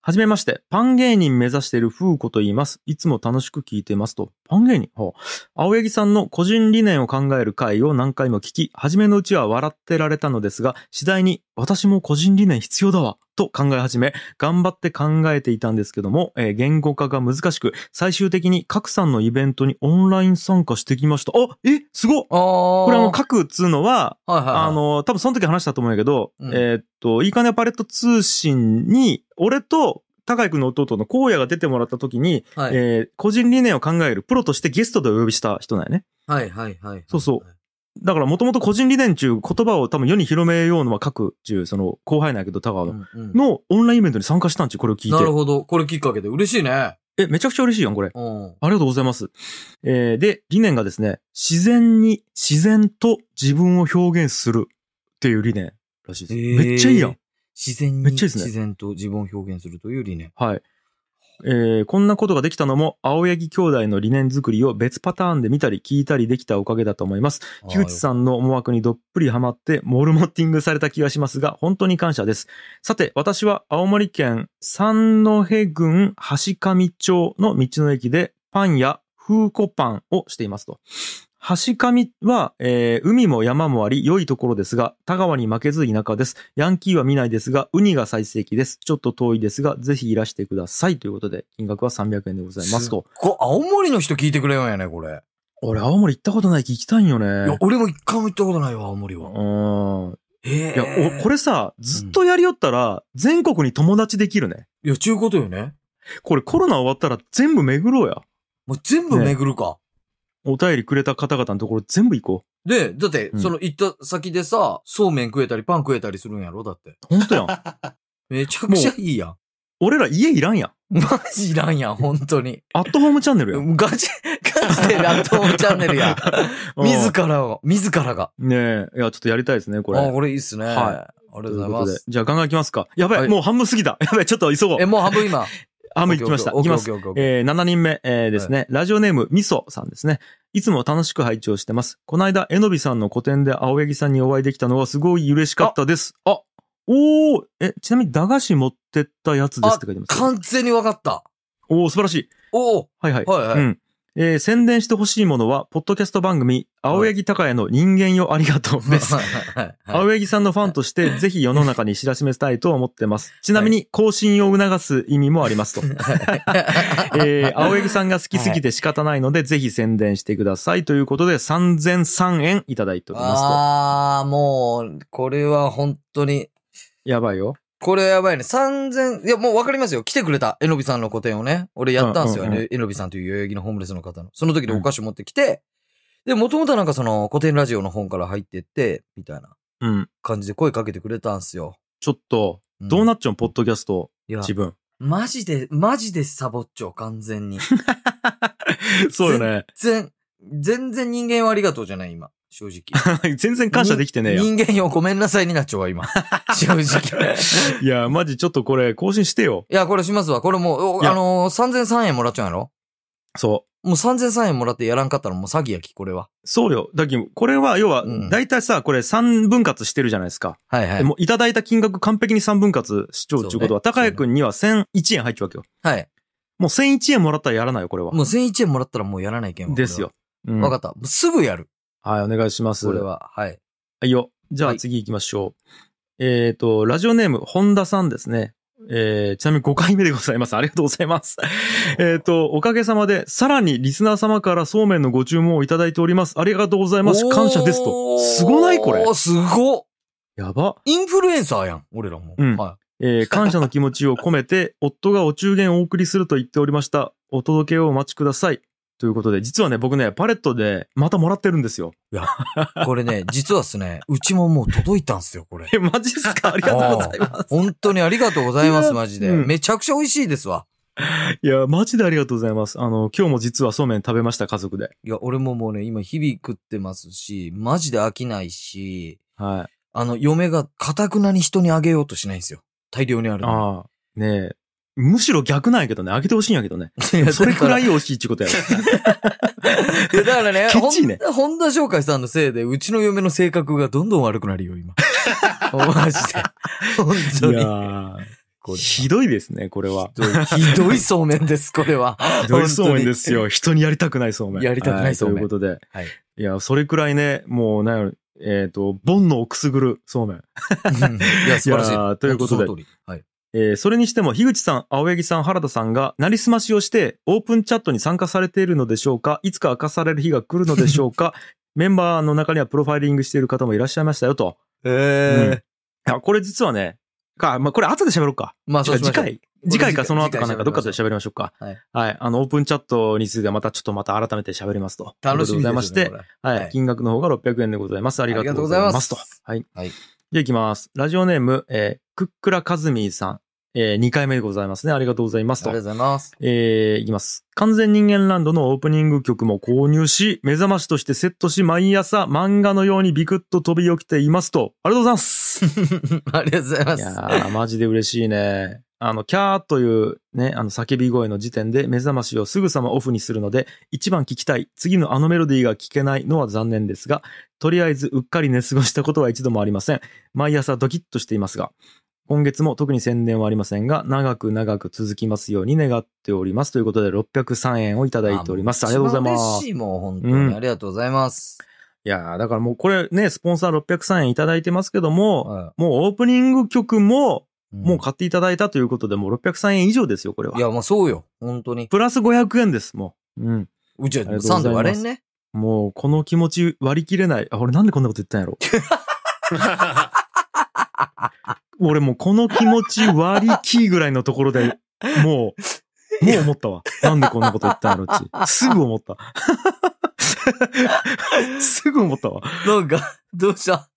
Speaker 1: はじめまして。パン芸人目指しているフーコと言います。いつも楽しく聞いてますと。パン芸人ほう。青柳さんの個人理念を考える回を何回も聞き、初めのうちは笑ってられたのですが、次第に私も個人理念必要だわ、と考え始め、頑張って考えていたんですけども、えー言語化が難しく、最終的に各さんのイベントにオンライン参加してきました。あ、え、すごっ
Speaker 2: ああ。
Speaker 1: これあの、各っつうのは、
Speaker 2: はいはいはい
Speaker 1: あ、の、多分その時話したと思うんやけど、
Speaker 2: うん
Speaker 1: えーっと、いいかねパレット通信に、俺と高井くんの弟の荒野が出てもらった時に、
Speaker 2: はい。
Speaker 1: えー個人理念を考えるプロとしてゲストでお呼びした人なんやね。
Speaker 2: はいはいはい。
Speaker 1: そうそうだからもともと個人理念中言葉を多分世に広めようのは各中、その後輩なんやけど、高尾
Speaker 2: う
Speaker 1: の。
Speaker 2: んうん
Speaker 1: のオンラインイベントに参加したんちゅう、これを聞
Speaker 2: なる
Speaker 1: い
Speaker 2: ほど。これきっかけで嬉しいね。
Speaker 1: て。え、めちゃくちゃ嬉しいやん、これ。
Speaker 2: うん。
Speaker 1: ありがとうございます。えーで、理念がですね、自然に、自然と自分を表現するっていう理念らしいです。めっちゃいいやん。。
Speaker 2: 自然に
Speaker 1: めっちゃいいですね
Speaker 2: 自然と自分を表現するという理念。
Speaker 1: はい。えーこんなことができたのも、青柳兄弟の理念作りを別パターンで見たり聞いたりできたおかげだと思います。木内
Speaker 2: ん。
Speaker 1: さんの思惑にどっぷりハマって、モルモッティングされた気がしますが、本当に感謝です。さて、私は青森県三戸郡橋上町の道の駅で、パン屋、風子パンをしていますと。橋上は、えー海も山もあり、良いところですが、田川に負けず田舎です。ヤンキーは見ないですが、ウニが最盛期です。ちょっと遠いですが、ぜひいらしてください。ということで、金額は300円でございますと。
Speaker 2: こ青森の人聞いてくれよんやね、これ。
Speaker 1: 俺、青森行ったことないき行きたいんよ
Speaker 2: いや
Speaker 1: ね、。
Speaker 2: 俺も一回も行ったことないわ、青森
Speaker 1: う
Speaker 2: は。
Speaker 1: ーん。
Speaker 2: ええ。
Speaker 1: いや、おこれさ、ずっとやりよったら、全国に友達できるね。
Speaker 2: いや、ちゅうことよね。
Speaker 1: これコロナ終わったら全部巡ろうや。
Speaker 2: もう全部巡るか。
Speaker 1: お便りくれた方々のところ全部行こ
Speaker 2: で、だって
Speaker 1: う、ん
Speaker 2: その行った先でさ、そうめん食えたりパン食えたりするんやろだって。
Speaker 1: う。ほんと やん。
Speaker 2: めちゃくちゃいいやん。
Speaker 1: 俺ら家いらんやん。
Speaker 2: マジいらんやん、本当に。
Speaker 1: アットホームチャンネルやん。
Speaker 2: ガチ、ガチでラットチャンネ ルやん。
Speaker 1: うん
Speaker 2: 自らを、自らが。
Speaker 1: ねえ。いや、ちょっとやりたいですね、これ。
Speaker 2: あ、これいいっすね。
Speaker 1: はい
Speaker 2: ありがとうござ
Speaker 1: とい
Speaker 2: いま。
Speaker 1: うことですじゃあガンガン行きますか。やばい、
Speaker 2: はい
Speaker 1: もう半分過ぎた。やばい、ちょっと急ごう
Speaker 2: え、。もう半分今。
Speaker 1: 半分行きました。行きます。
Speaker 2: オッケーオッケーオッケーオッケー
Speaker 1: えー7人目、えーですね、ラジオネーム、みそさんですね。いつも楽しく拝聴してます。この間、えのびさんの個展で青柳さんにお会いできたのはすごい嬉しかったです。あおおえ、ちなみに駄菓子持ってったやつですって書いてます。
Speaker 2: 完全に分かった。
Speaker 1: おお素晴らしい。
Speaker 2: おお
Speaker 1: はいはい。
Speaker 2: はいはい。
Speaker 1: うん。えー宣伝してほしいものは、ポッドキャスト番組、青柳高也の人間よありがとうです。
Speaker 2: はいはいはい
Speaker 1: 青柳さんのファンとして、ぜひ世の中に知らしめたいと思ってます。ちなみに、更新を促す意味もありますと。えー、青柳さんが好きすぎて仕方ないので、ぜひ宣伝してください。ということで、3003円いただいておりますと。
Speaker 2: あー、もう、これは本当に、
Speaker 1: やばいよ。
Speaker 2: これやばいね。3000、いや、もう分かりますよ。来てくれた、えのびさんの個展をね。俺やったんですよ。
Speaker 1: うんうんうん
Speaker 2: えのびさんという代々木のホームレスの方の。その時でお菓子持ってきて、で、もともとなんかその、古典ラジオの本から入ってって、みたいな
Speaker 1: うん。
Speaker 2: 感じで声かけてくれたんすよ。
Speaker 1: ちょっと、どうな
Speaker 2: っ
Speaker 1: っちゃうん、ポッドキャスト、
Speaker 2: いや、
Speaker 1: 自 分。
Speaker 2: マジで、マジでサボっちゃう、完全に。
Speaker 1: そうよね。
Speaker 2: 全、全然人間はありがとうじゃない、今。正直。
Speaker 1: 全然感謝でき てねえや。
Speaker 2: 人間よ、ごめんなさいになっちゃうわ、今。正直。
Speaker 1: いや、マジちょっとこれ、更新してよ。
Speaker 2: いや、これしますわ。これもう、
Speaker 1: い
Speaker 2: お
Speaker 1: や
Speaker 2: あのー、3003円もらっちゃうんやろ
Speaker 1: そう。
Speaker 2: もう3003円もらってやらんかったらもう詐欺やき、これは。
Speaker 1: 送料。だけどこれは、要は
Speaker 2: うん、
Speaker 1: だいたいさ、これ3分割してるじゃないですか。
Speaker 2: はいは
Speaker 1: で
Speaker 2: い。
Speaker 1: も、いただいた金額完璧に3分割しちゃうっていうことは、
Speaker 2: そうね
Speaker 1: 高谷くんには1001円入っちゃうわけよ。
Speaker 2: はい。
Speaker 1: もう1001円もらったらやらないよ、これは。
Speaker 2: もう1001円もらったらもうやらないけんわ
Speaker 1: ですよ。。う
Speaker 2: こ
Speaker 1: ん
Speaker 2: れはわかった。もうすぐやる。
Speaker 1: はい、お願いします。
Speaker 2: これは。はい。
Speaker 1: はいよ。じゃ
Speaker 2: は
Speaker 1: あ
Speaker 2: い
Speaker 1: 次行きましょう。えっ、と、ラジオネーム、本田さんですね。えー、ちなみに5回目でございます。ありがとうございます。 えっと、おかげさまで、さらにリスナー様からそうめんのご注文をいただいております。ありがとうございます。感謝ですと。すごないこれ
Speaker 2: おー。すごっ
Speaker 1: やば。
Speaker 2: インフルエンサーやん、俺らも。
Speaker 1: うん
Speaker 2: は
Speaker 1: えー感謝の気持ちを込めて、夫がお中元をお送りすると言っておりました。お届けをお待ちください。ということで、実はね、僕ね、パレットでまたもらってるんですよ。
Speaker 2: い。これね、 実はっすね、うちももう届いたんすよ、これ。
Speaker 1: え、マジっす かありがとうございます。
Speaker 2: 本当にありがとうございま
Speaker 1: い
Speaker 2: す、
Speaker 1: や
Speaker 2: マジで。
Speaker 1: うん
Speaker 2: めちゃくちゃ美味しいですわ。
Speaker 1: いや、マジでありがとうございます。あの、今日も実はそうめん食べました、家族で。
Speaker 2: いや、俺ももうね、今日々食ってますし、マジで飽きないし、
Speaker 1: はい。
Speaker 2: あの、嫁がカくなに人にあげようとしないんですよ。大量にあるの
Speaker 1: ああ、ねえ。むしろ逆なんやけどね、あげてほしいんやけどね。
Speaker 2: に。 いや
Speaker 1: それくらい
Speaker 2: い
Speaker 1: 美味しいって ことやろ。
Speaker 2: や、だから ね、
Speaker 1: ケチね
Speaker 2: ほん本田紹介さんのせいで、うちの嫁の性格がどんどん悪くなるよ、今。 マジ で。本当
Speaker 1: いや
Speaker 2: に。
Speaker 1: ーひどいですね、これ は。
Speaker 2: ひどいそうめんです、これは。
Speaker 1: ひどいそうめんですよ。人にやりたくないそうめん。
Speaker 2: やりたくないそうめん
Speaker 1: はということで。
Speaker 2: はい
Speaker 1: い。や、それくらいね、もう、なんやろえっ、と、煩悩をくすぐるそうめん。
Speaker 2: うんいや、素晴らし
Speaker 1: い
Speaker 2: い。
Speaker 1: やーということで
Speaker 2: 本当その通り。はい。
Speaker 1: えーそれにしても、樋口さん、青柳さん、原田さんが、なりすましをして、オープンチャットに参加されているのでしょうかいつか明かされる日が来るのでしょう かメンバーの中にはプロファイリングしている方もいらっしゃいましたよと。
Speaker 2: え
Speaker 1: いや、これ実はね、か、まあ、これ後で喋ろうか。
Speaker 2: まあ、そうしま
Speaker 1: 次
Speaker 2: しょう
Speaker 1: 回、次回か
Speaker 2: 次回
Speaker 1: その後かなんかどっかで喋りましょうか。
Speaker 2: はい
Speaker 1: はい。あの、オープンチャットについてはまたちょっとまた改めて喋りますと。
Speaker 2: 楽し
Speaker 1: ということでご
Speaker 2: みで
Speaker 1: ざいますし
Speaker 2: ね。
Speaker 1: て
Speaker 2: こ、れ
Speaker 1: は
Speaker 2: はい
Speaker 1: い。金額の方が600円でございます。ありがとうございます。と
Speaker 2: ありがとうご
Speaker 1: はい。
Speaker 2: ざいます。はい
Speaker 1: で、いきます。ラジオネーム、えー、クックラカズミーさん。えー、2回目でございますね。ありがとうございま
Speaker 2: あ
Speaker 1: す
Speaker 2: りが
Speaker 1: と
Speaker 2: とう。ございます。
Speaker 1: えー、いきます。完全人間ランドのオープニング曲も購入し、目覚ましとしてセットし、毎朝漫画のようにビクッと飛び起きていますと。ありがとうございます。
Speaker 2: ありがとうございま
Speaker 1: い
Speaker 2: す。
Speaker 1: やー、マジで嬉しいね。あの、キャーというね、あの、叫び声の時点で目覚ましをすぐさまオフにするので、一番聞きたい、次のあのメロディーが聞けないのは残念ですが、とりあえずうっかり寝過ごしたことは一度もありません。毎朝ドキッとしていますが、今月も特に宣伝はありませんが、長く長く続きますように願っております。ということで、603円をいただいております。ありがとうございま
Speaker 2: 一
Speaker 1: す。
Speaker 2: 番嬉し
Speaker 1: い
Speaker 2: いもん、本当に。
Speaker 1: うん
Speaker 2: ありがとうございます。
Speaker 1: やー、だからもうこれね、スポンサー603円いただいてますけども、
Speaker 2: は
Speaker 1: もうオープニング曲も、
Speaker 2: い
Speaker 1: もう買っていただいたということで、もう603円以上ですよ、これ
Speaker 2: うんい
Speaker 1: は。
Speaker 2: や、もうそうよ。本当に。
Speaker 1: プラス500円です、もう。うん。
Speaker 2: うち
Speaker 1: ありが
Speaker 2: は
Speaker 1: とうございます
Speaker 2: 3で割れんね。
Speaker 1: もう、この気持ち割り切れない。あ、俺なんでこんなこと言ったんやろ。俺もうこの気持ち割り切りぐらいのところで、もう、もう思ったわ。なんでこんなこと言ったんやろうち。すぐ思った。すぐ思ったわ。
Speaker 2: なんか、どうした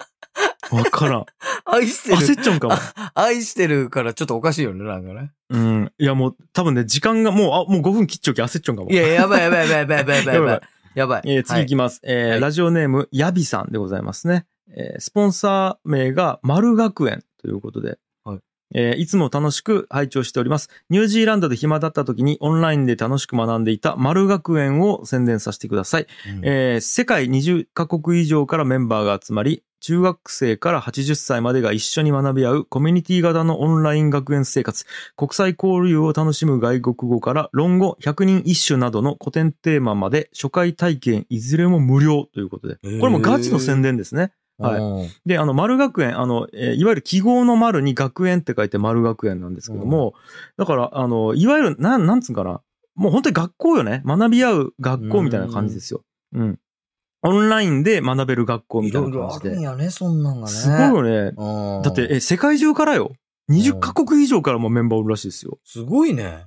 Speaker 1: わからん。
Speaker 2: 愛してる。
Speaker 1: 焦っちゃうんかも。
Speaker 2: 愛してるからちょっとおかしいよね、なんかね。
Speaker 1: うん。いやもう、多分ね、時間がもう、あ、もう5分切っちゃうき焦っちゃうんかも。
Speaker 2: いや、やばいやばいやばいやばいやばいやばい。 やばい。
Speaker 1: えー次いきます。えー
Speaker 2: はい
Speaker 1: ラジオネーム、ヤビさんでございますね。えースポンサー名が丸学園ということで。
Speaker 2: はい
Speaker 1: えーいつも楽しく拝聴しております。ニュージーランドで暇だった時にオンラインで楽しく学んでいた丸学園を宣伝させてください。
Speaker 2: はいうん
Speaker 1: えー世界20カ国以上からメンバーが集まり、中学生から80歳までが一緒に学び合うコミュニティ型のオンライン学園生活、国際交流を楽しむ外国語から論語100人一首などの古典テーマまで初回体験いずれも無料ということで。これもガチの宣伝ですね。はい
Speaker 2: うん
Speaker 1: で、あの、丸学園、あの、えーいわゆる記号の丸に学園って書いて丸学園なんですけども、だから、あの、いわゆる、なん、なんつうんかな、もう本当に学校よね。学び合う学校みたいな感じですよ。うん。オンラインで学べる学校み
Speaker 2: い
Speaker 1: たい
Speaker 2: ろい
Speaker 1: な
Speaker 2: ろあ
Speaker 1: 感じ
Speaker 2: るん
Speaker 1: で。
Speaker 2: やね、そんなんがね。
Speaker 1: すごいよね。
Speaker 2: うん
Speaker 1: だって、え、世界中からよ。20カ国以上からもメンバーおるらしいですよ。
Speaker 2: すごいね。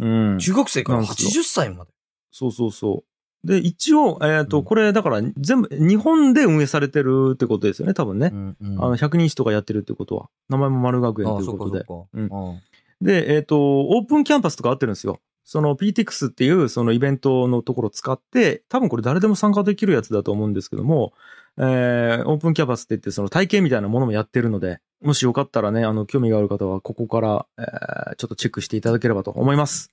Speaker 1: うん。
Speaker 2: 中学生から
Speaker 1: なんです
Speaker 2: 80歳まで。
Speaker 1: そうそうそう。で、一応、えっ、
Speaker 2: う
Speaker 1: と、
Speaker 2: ん
Speaker 1: これ、だから、全部、日本で運営されてるってことですよね、多分ね。
Speaker 2: うんうん
Speaker 1: あの、100人一とかやってるってことは。名前も丸学園
Speaker 2: あ
Speaker 1: という
Speaker 2: そ
Speaker 1: こ
Speaker 2: っか
Speaker 1: と
Speaker 2: そっ
Speaker 1: で
Speaker 2: か。。
Speaker 1: うん
Speaker 2: うん
Speaker 1: で、えっ、と、オープンキャンパスとかあってるんですよ。その PTX っていうそのイベントのところを使って、多分これ誰でも参加できるやつだと思うんですけども、えー、オープンキャンパスって言ってその体験みたいなものもやってるので、もしよかったらね、あの、興味がある方はここから、えー、ちょっとチェックしていただければと思います。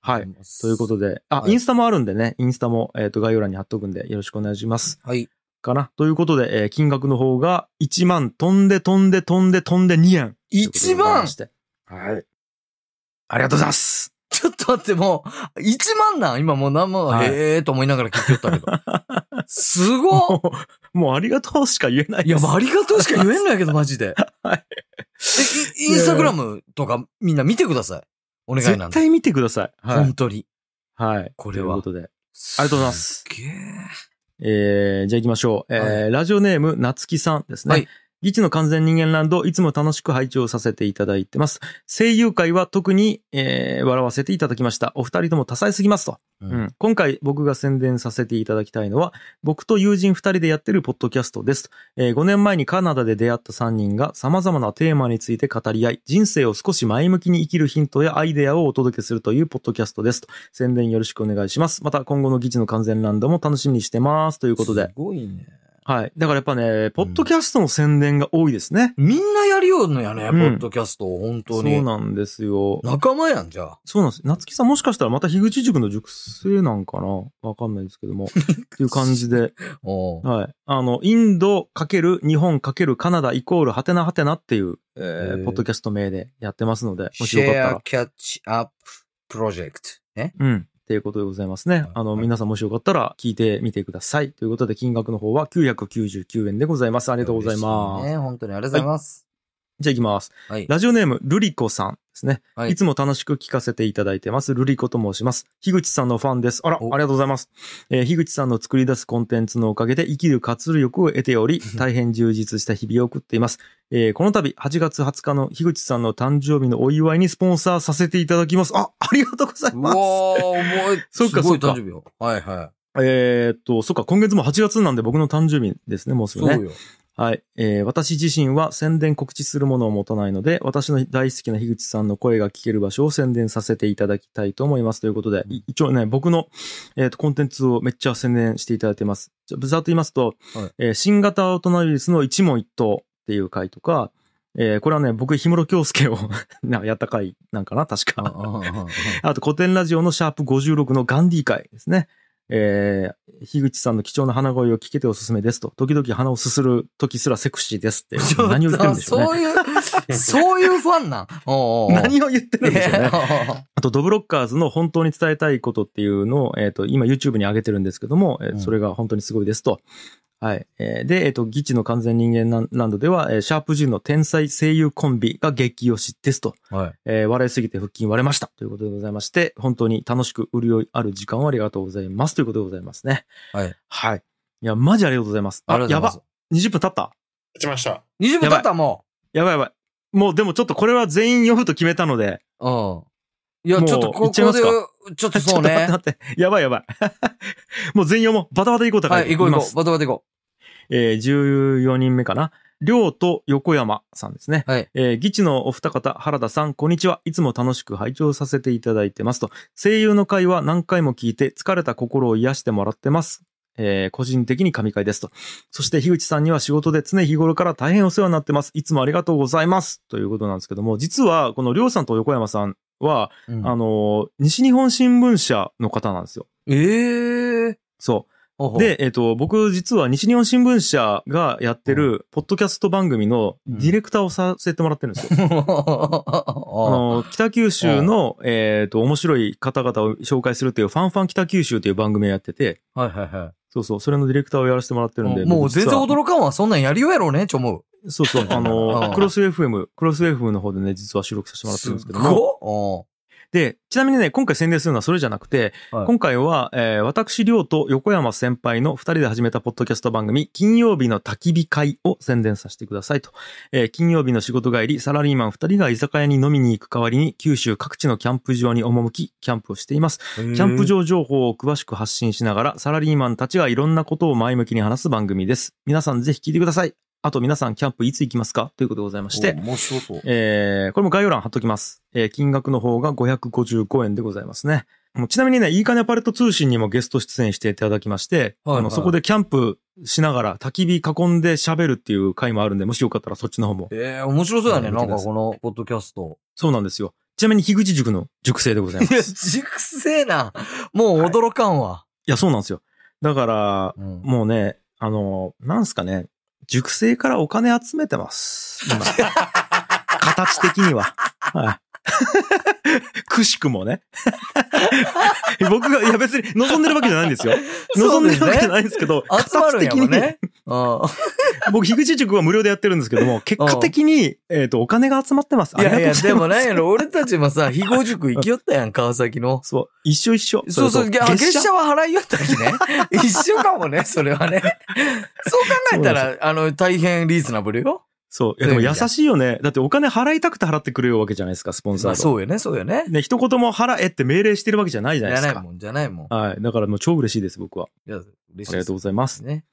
Speaker 1: はい。ということで、あ、
Speaker 2: はい
Speaker 1: インスタもあるんでね、インスタも、えっ、と、概要欄に貼っとくんでよろしくお願いします。
Speaker 2: はい。
Speaker 1: かな。ということで、えー金額の方が1万飛んで飛んで飛んで飛んで2円。
Speaker 2: 一番ち
Speaker 1: はい。ありがとうござい ます。
Speaker 2: ょっと待って、もう、1万なん今もう何万、
Speaker 1: はい
Speaker 2: へえーと思いながら聞い てったけど。すごっ
Speaker 1: もう、もうありがとうしか言えない
Speaker 2: い
Speaker 1: で
Speaker 2: や、
Speaker 1: す。
Speaker 2: もうありがとうしか言えんのやけど、マジで。
Speaker 1: はい
Speaker 2: えインインスタグラムとかみんな見てください。お願いな
Speaker 1: 絶
Speaker 2: んで。
Speaker 1: 対見てください。はい
Speaker 2: 本。当に。
Speaker 1: はい。
Speaker 2: これは
Speaker 1: ということで。
Speaker 2: あ
Speaker 1: ありがとうございま。す。
Speaker 2: げえ。
Speaker 1: えー、じゃあ行きましょう。えーラジオネーム、なつきさんですね。
Speaker 2: はい
Speaker 1: ギチの完全人間ランド、いつも楽しく拝聴させていただいてます。声優界は特に、えー笑わせていただきました。お二人とも多彩すぎますと。
Speaker 2: う
Speaker 1: うん。今回僕が宣伝させていただきたいのは、僕と友人2人でやってるポッドキャストです。え5年前にカナダで出会った3人が様々なテーマについて語り合い、人生を少し前向きに生きるヒントやアイデアをお届けするというポッドキャストです。と宣伝よろしくお願いします。また今後の議事の完全ランドも楽しみにしてます。ということ
Speaker 2: す
Speaker 1: で。
Speaker 2: ごいね。
Speaker 1: はい。だからやっぱね、ポッドキャストの宣伝が多いですね。
Speaker 2: みんなやりようのやね、
Speaker 1: うん
Speaker 2: ポッドキャストを、本当に。
Speaker 1: そうなんですよ。
Speaker 2: 仲間やん、じゃあ。
Speaker 1: そうなんです。夏木さんもしかしたらまた樋口塾の塾生なんかなわかんないですけど も。っていう感じで。
Speaker 2: おう
Speaker 1: はい。あの、インド×日本×カナダイコールハテナハテナっていう、えー
Speaker 2: へー
Speaker 1: ポッドキャスト名でやってますので、もし
Speaker 2: シ
Speaker 1: よかった
Speaker 2: ェア
Speaker 1: ら。
Speaker 2: キャッチアッププロジェクト。ね。
Speaker 1: うん。っていうことでございますね。あの、
Speaker 2: はい
Speaker 1: 皆さんもしよかったら聞いてみてください。ということで、金額の方は999円でございます。あ
Speaker 2: あ
Speaker 1: りがとうございます。
Speaker 2: ね、本当にありがとうございます。
Speaker 1: じゃあ行きます。
Speaker 2: はい。
Speaker 1: ラジオネーム、ルリコさんでですね。
Speaker 2: はい
Speaker 1: い、つも楽しく聞かせていただいてます。ルリコと申します。樋口さんのファンです。あら、あり
Speaker 2: お
Speaker 1: がとうございます。えー樋口さんの作り出すコンテンツのおかげで生きる活力を得てお り、大変充実した日々を送っています。えーこの度、8月20日の樋口さんの誕生日のお祝いにスポンサーさせていただきます。あ、ありがとうございうま
Speaker 2: わ
Speaker 1: す。
Speaker 2: ー、重い。
Speaker 1: そっか
Speaker 2: すごい
Speaker 1: そっか
Speaker 2: 誕生日よ。はいは
Speaker 1: えーっと、そっか、今月も8月なんで僕の誕生日ですね、もうす
Speaker 2: い。
Speaker 1: ぐね。
Speaker 2: そうよ。
Speaker 1: はい、えー私自身は宣伝告知するものを持たないので、私の大好きな樋口さんの声が聞ける場所を宣伝させていただきたいと思います。ということで、い一応ね、僕の、えーとコンテンツをめっちゃ宣伝していただいてます。じゃざっと言いますと、
Speaker 2: はい
Speaker 1: えー新型オトナウイルスの一問一答っていう回とか、えーこれはね、僕、氷室京介を なやった回なんかな、確
Speaker 2: あ
Speaker 1: か。
Speaker 2: あああ
Speaker 1: あと古典ラジオのシャープ56のガンディー会ですね。えー、樋口さんの貴重な鼻声を聞けておすすめですと。時々鼻をすする時すらセクシーですって。何を言ってるんでしょうね。
Speaker 2: そう いう、そういうファンなん。おうおうおう
Speaker 1: 何を言ってるんでしょう ね。
Speaker 2: ね。
Speaker 1: あと、ドブロッカーズの本当に伝えたいことっていうのを、えっ、と、今 YouTube に上げてるんですけども、えー
Speaker 2: うん
Speaker 1: それが本当にすごいですと。はい。えーで、えっ、と、ギチの完全人間ランドでは、えーシャープ G の天才声優コンビが激推しですと。
Speaker 2: はい。
Speaker 1: えー笑いすぎて腹筋割れました。ということでございまして、本当に楽しく潤いある時間をありがとうございます。ということでございますね。
Speaker 2: はい。
Speaker 1: はい。いや、マジありがとうございます。
Speaker 2: ありがとうござい
Speaker 1: や
Speaker 2: ま
Speaker 1: ば
Speaker 2: す。。
Speaker 1: 20分経った
Speaker 3: 立ちました。
Speaker 2: 20分経ったも
Speaker 1: やばいやばい。もうでもちょっとこれは全員読むと決めたので。
Speaker 2: う。うん。いや、
Speaker 1: もう
Speaker 2: ちょっと
Speaker 1: 行
Speaker 2: ここ
Speaker 1: っ
Speaker 2: で、
Speaker 1: ちゃいますか
Speaker 2: ちょっ と
Speaker 1: ちょ
Speaker 2: そ
Speaker 1: っと待
Speaker 2: う
Speaker 1: って
Speaker 2: ね。
Speaker 1: 待って。やばいやばい。 もう全員読もう。バタバタ行こう高
Speaker 2: はい、行こう行こう。バタバタ行こ
Speaker 1: えー14人目かな。りょうと横山さんですね。
Speaker 2: はい
Speaker 1: えー、議地のお二方、原田さん、こんにちは。いつも楽しく拝聴させていただいてますと。声優の会は何回も聞いて、疲れた心を癒してもらってます。えー個人的に神会ですと。そして、樋口さんには仕事で常日頃から大変お世話になってます。いつもありがとうございます。ということなんですけども、実は、このりょうさんと横山さんは、
Speaker 2: う。うん
Speaker 1: あのー西日本新聞社の方なんですよ。
Speaker 2: ええ。
Speaker 1: そう。
Speaker 2: ほうほう、
Speaker 1: で、えっ、と、僕実は西日本新聞社がやってる、ポッドキャスト番組のディレクターをさせてもらってるんですよ。あ
Speaker 2: あ
Speaker 1: の、北九州の、えっ、と、面白い方々を紹介するという、ファンファン北九州という番組をやってて、
Speaker 2: はいはいは
Speaker 1: そうそう、それのディレクターをやらせてもらってるんで。
Speaker 2: い。もう全然
Speaker 1: く。
Speaker 2: 驚かんわ。そんなんやりようやろうね、ちょ思う。
Speaker 1: そうそう、あ
Speaker 2: う
Speaker 1: の、
Speaker 2: ん
Speaker 1: クロス FM、クロス FM の方でね、実は収録させてもらってるんですけども。
Speaker 2: ご
Speaker 1: で、ちなみにね、今回宣伝するのはそれじゃなくて、
Speaker 2: はい
Speaker 1: 今回は、えー私、りょうと横山先輩の二人で始めたポッドキャスト番組、金曜日の焚き火会を宣伝させてくださいと。えー金曜日の仕事帰り、サラリーマン二人が居酒屋に飲みに行く代わりに、九州各地のキャンプ場に赴き、キャンプをしています。
Speaker 3: キ
Speaker 1: キャンプ場情報を詳しく発信しながら、サラリーマンたちがいろんなことを前向きに話す番組です。皆さんぜひ聞いてください。あと皆さんキャンプいつ行きますかということでございまして、
Speaker 2: 面白そう。
Speaker 1: えー、これも概要欄貼っときます。えー、金額の方が555円でございますね。もうちなみにね、いいかねパレット通信にもゲスト出演していただきまして、
Speaker 2: はいはい
Speaker 1: あのそこでキャンプしながら焚き火囲んで喋るっていう回もあるんで、もしよかったらそっちの方も。
Speaker 2: ええ、面白そうやね。
Speaker 1: うん
Speaker 2: な
Speaker 1: 見てくだ
Speaker 2: んか
Speaker 1: さい
Speaker 2: このポッドキャスト。
Speaker 1: そうなんですよ。ちなみに樋口塾の塾生でございま
Speaker 2: い
Speaker 1: す。い
Speaker 2: や、 熟成な。もう驚かんわ。
Speaker 1: や、そうなんですよ。だから、
Speaker 2: うん
Speaker 1: もうね、あの、なんすかね、塾生からお金集めてます。 今。形的には。はい。 くしくもね。 僕が、いや別に望んでるわけじゃないんですよ。望んでるわけじゃないんですけど、
Speaker 2: 集まるんやも
Speaker 1: 形
Speaker 2: ん
Speaker 1: 的に
Speaker 2: ね。うん。
Speaker 1: 僕、樋口塾は無料でやってるんですけども、結果的に、えっ、と、お金が集まってます。
Speaker 2: いやい
Speaker 1: ありが
Speaker 2: や、
Speaker 1: とう
Speaker 2: で
Speaker 1: ござ
Speaker 2: も
Speaker 1: います
Speaker 2: なんやろ、俺たちもさ、非合塾行きよったやん、川崎の。
Speaker 1: そう、一緒一緒。
Speaker 2: そうそう、
Speaker 1: れ
Speaker 2: げ
Speaker 1: と
Speaker 2: あ
Speaker 1: 月
Speaker 2: 月
Speaker 1: 謝
Speaker 2: 謝は払いよったき ね。一緒かもね、それはね。そう考えたら、あの、大変リーズナブルよ。
Speaker 1: そう。いやでも
Speaker 2: そういう意
Speaker 1: 優
Speaker 2: 味じゃ
Speaker 1: しいよね。だってお金払いたくて払ってくれるわけじゃないですか、スポンサー
Speaker 2: まあ
Speaker 1: が。
Speaker 2: そうよね、そうよね。
Speaker 1: ね、一言も払えって命令してるわけじゃないじ
Speaker 2: じ
Speaker 1: ゃない
Speaker 2: ゃ
Speaker 1: です
Speaker 2: ない
Speaker 1: か。
Speaker 2: もん、じゃないもん。
Speaker 1: はい。だからもう超嬉しいです、僕は。
Speaker 2: いや、嬉
Speaker 1: ありがとう
Speaker 2: う
Speaker 1: ございます。
Speaker 2: ね。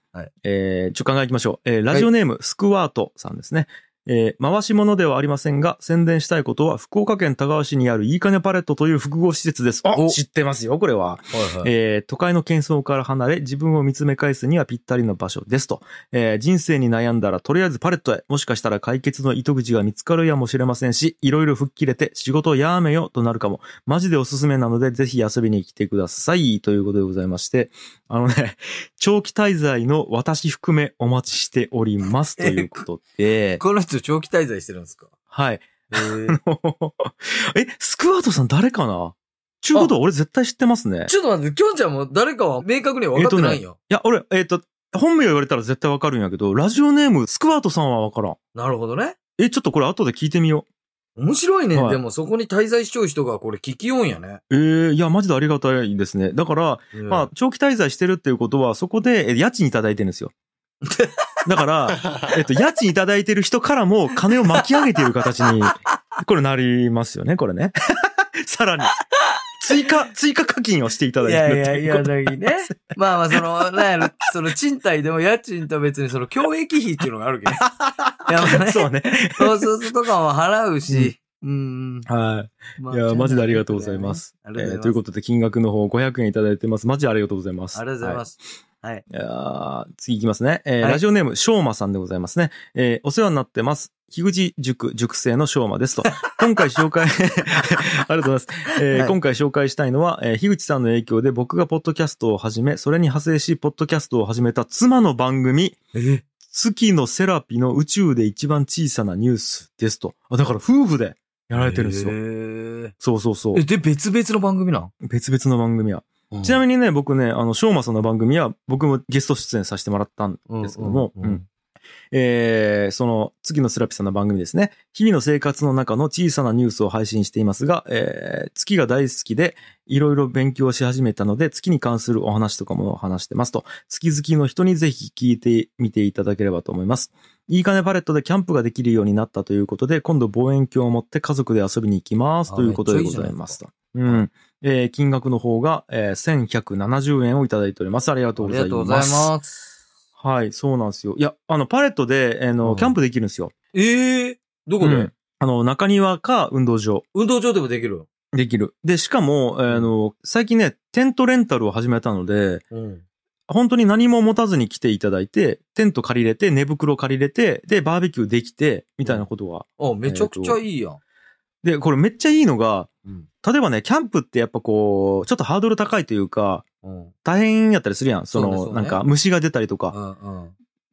Speaker 1: えー、ちょっと考えていきましょう。えー、ラジオネーム、スクワートさんですね。えー、回し物ではありませんが、宣伝したいことは、福岡県田川市にあるいいかねパレットという複合施設です。あ
Speaker 2: お
Speaker 1: 知ってますよ、これは。
Speaker 2: はいはい。
Speaker 1: えー都会の喧騒から離れ、自分を見つめ返すにはぴったりの場所ですと。えー人生に悩んだら、とりあえずパレットへ、もしかしたら解決の糸口が見つかるやもしれませんし、いろいろ吹っ切れて、仕事やめよとなるかも。マジでおすすめなので、ぜひ遊びに来てください。ということでございまして、あのね、 長期滞在の私含めお待ちしております。ということで、
Speaker 2: この人長期滞在してるんです か
Speaker 1: はい。
Speaker 2: えー
Speaker 1: え、スクワートさん誰かなちゅうことは俺絶対知ってますね。
Speaker 2: ちょっと待って、きょんちゃんも誰かは明確には分かってないよ。
Speaker 1: いや、俺、えっ、と、本名言われたら絶対わかるんやけど、ラジオネーム、スクワートさんはわからん。
Speaker 2: なるほどね。
Speaker 1: え、ちょっとこれ後で聞いてみよ
Speaker 2: 面白いね。
Speaker 1: はい
Speaker 2: でもそこに滞在しちゃう人がこれ聞きようんやね。
Speaker 1: ええいや、マジでありがたいですね。だから、まあ、長期滞在してるっていうことは、そこでえ家賃いただいてるんですよ。 だから、えっと、家賃いただいてる人からも金を巻き上げている形に、これなりますよね、これね。 さらに、追加、追加課金をしていただ
Speaker 2: い
Speaker 1: いて
Speaker 2: やい
Speaker 1: るって
Speaker 2: やい
Speaker 1: いうこと
Speaker 2: や、だけどね。まあまあ、その、なんやろ、その賃貸でも家賃と別にその教育費っていうのがあるけどね。いやまあね
Speaker 1: そうね。
Speaker 2: そうそうそうとかも払うし。うん。
Speaker 1: は
Speaker 2: ま
Speaker 1: い。いや、マジでありがとうございま。す。
Speaker 2: あ
Speaker 1: え
Speaker 2: りがとうござい
Speaker 1: ー
Speaker 2: ます
Speaker 1: ということで、金額の方500円いただいてます。マジでありがとうございます。
Speaker 2: ありがとうございます。
Speaker 1: いやー次いきますね。えー
Speaker 2: はい
Speaker 1: ラジオネーム、しょうまさんでございますね。えーお世話になってます。樋口塾、塾生のしょうま ですと。今回紹介、あ りがとうございます。えー
Speaker 2: はい
Speaker 1: 今回紹介したいのは、えー樋口さんの影響で僕がポッドキャストを始め、それに派生し、ポッドキャストを始めた妻の番組、
Speaker 2: え
Speaker 1: 月のセラピの宇宙で一番小さなニュースですと。あ、だから夫婦でやられてるんですよ。
Speaker 2: よ。
Speaker 1: そうそうそう
Speaker 2: え、。で、別々の番組なん
Speaker 1: 別々の番組は。ちな
Speaker 2: み
Speaker 1: みにね、僕ね、あの、しょうまさんの番組は、僕もゲスト出演させてもらったん
Speaker 2: に
Speaker 1: ですけども、うんえーその次のスラピさんの番組ですね。日々の生活の中の小さなニュースを配信していますが、えー月が大好きで、いろいろ勉強し始めたので、月に関するお話とかも話してますと、月々の人にぜひ聞いてみていただければと思います。いいかねパレットでキャンプができるようになったということで、今度望遠鏡を持って家族で遊びに行きます
Speaker 2: あ
Speaker 1: ということでございますと。うん。えー金額の方が、えー1170円をいただいております。ありがとう
Speaker 2: あ
Speaker 1: ご
Speaker 2: り
Speaker 1: ざい
Speaker 2: が
Speaker 1: ます。
Speaker 2: とうございます。
Speaker 1: はい、そうなんですよ。いや、あの、パレットで、あの、
Speaker 2: うん
Speaker 1: キャンプできるんですよ。
Speaker 2: ええどこ
Speaker 1: う
Speaker 2: で
Speaker 1: んあの、中庭か運動場
Speaker 2: 運動場でもできる
Speaker 1: できる。で、しかも、えーあの、最近ね、テントレンタルを始めたので、
Speaker 2: うん。
Speaker 1: 本当に何も持たずに来ていただいて、テント借りれて、寝袋借りれて、で、バーベキューできて、みたいなことが。
Speaker 2: あ、めちゃくちゃいいやん。
Speaker 1: で、これめっちゃいいのが、
Speaker 2: うん。
Speaker 1: 例えばね、キャンプってやっぱこう、ちょっとハードル高いというか、
Speaker 2: うん。
Speaker 1: 大変やったりするやん。その、
Speaker 2: そうねそうね
Speaker 1: なんか虫が出たりと
Speaker 2: う
Speaker 1: か。
Speaker 2: ん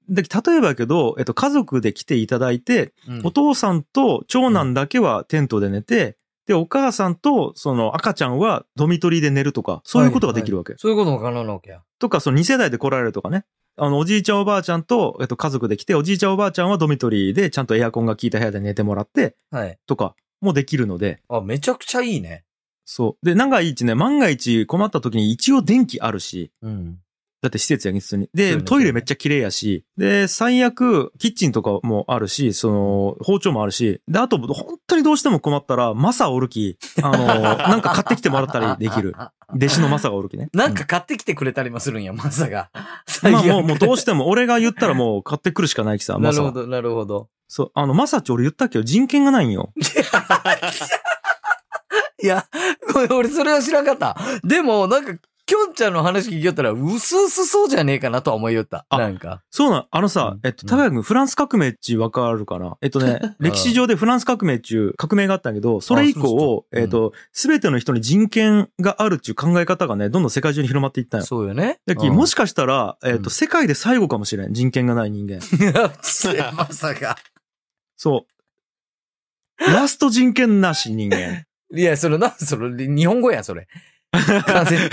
Speaker 2: うん。
Speaker 1: で、例えばやけど、えっと、家族で来ていただいて、
Speaker 2: うん
Speaker 1: お父さんと長男だけはテントで寝て、で、お母さんとその赤ちゃんはドミトリーで寝るとか、そういうことができるわけ。
Speaker 2: そういうことも可能なわけや。
Speaker 1: とか、その2世代で来られるとかね。あの、おじいちゃんおばあちゃんと、えっと、家族で来て、おじいちゃんおばあちゃんはドミトリーでちゃんとエアコンが効いた部屋で寝てもらって、
Speaker 2: はい。
Speaker 1: とかもできるので、
Speaker 2: あ、めちゃくちゃいいね。
Speaker 1: そう。で、長い一ね、万が一困った時に一応電気あるし、
Speaker 2: うん。
Speaker 1: だって施設やん普通に。
Speaker 2: そう
Speaker 1: で、
Speaker 2: ね
Speaker 1: トイレめっちゃ綺麗やし、で、最悪、キッチンとかもあるし、その、包丁もあるし、で、あと、本当にどうしても困ったら、マサおるき、あ の、なんか買ってきてもらったりできる。弟子のマサがおるきね。
Speaker 2: なんか買ってきてくれたりもするんや、まさが。
Speaker 1: うん、
Speaker 2: 最
Speaker 1: まあ
Speaker 2: 悪
Speaker 1: もう、もうどうしても、俺が言ったらもう買ってくるしかないきさ、
Speaker 2: な
Speaker 1: マ
Speaker 2: る
Speaker 1: サ
Speaker 2: ほ
Speaker 1: は。
Speaker 2: ど、なるほど。
Speaker 1: そう、あの、マサっち俺言ったっけど、人権がないんよ。
Speaker 2: いや、ごめん俺それは知らんかった。でも、なんか、きょんちゃんの話聞きよったら、うすうすそうじゃねえかなとは思いよった。
Speaker 1: あ
Speaker 2: なんか。
Speaker 1: そうなん、あのさ
Speaker 2: う、ん
Speaker 1: えっと、高谷君、フランス革命っちわかるかなえっと ね、歴史上でフランス革命っちゅう革命があったんやけど、それ以
Speaker 2: あそうそ
Speaker 1: 降、
Speaker 2: ううん
Speaker 1: えっと、すべての人に人権があるっちゅう考え方がね、どんどん世界中に広まっていったんよ。
Speaker 2: そうよね。
Speaker 1: だき、
Speaker 2: うん
Speaker 1: もしかしたら、えっ
Speaker 2: うん
Speaker 1: と、世界で最後かもしれん。人権がない 人間。
Speaker 2: いやまさか。
Speaker 1: そう。ラスト人権なし人間。
Speaker 2: いや、それ、なん、それ、日本語やん、それ。完 全に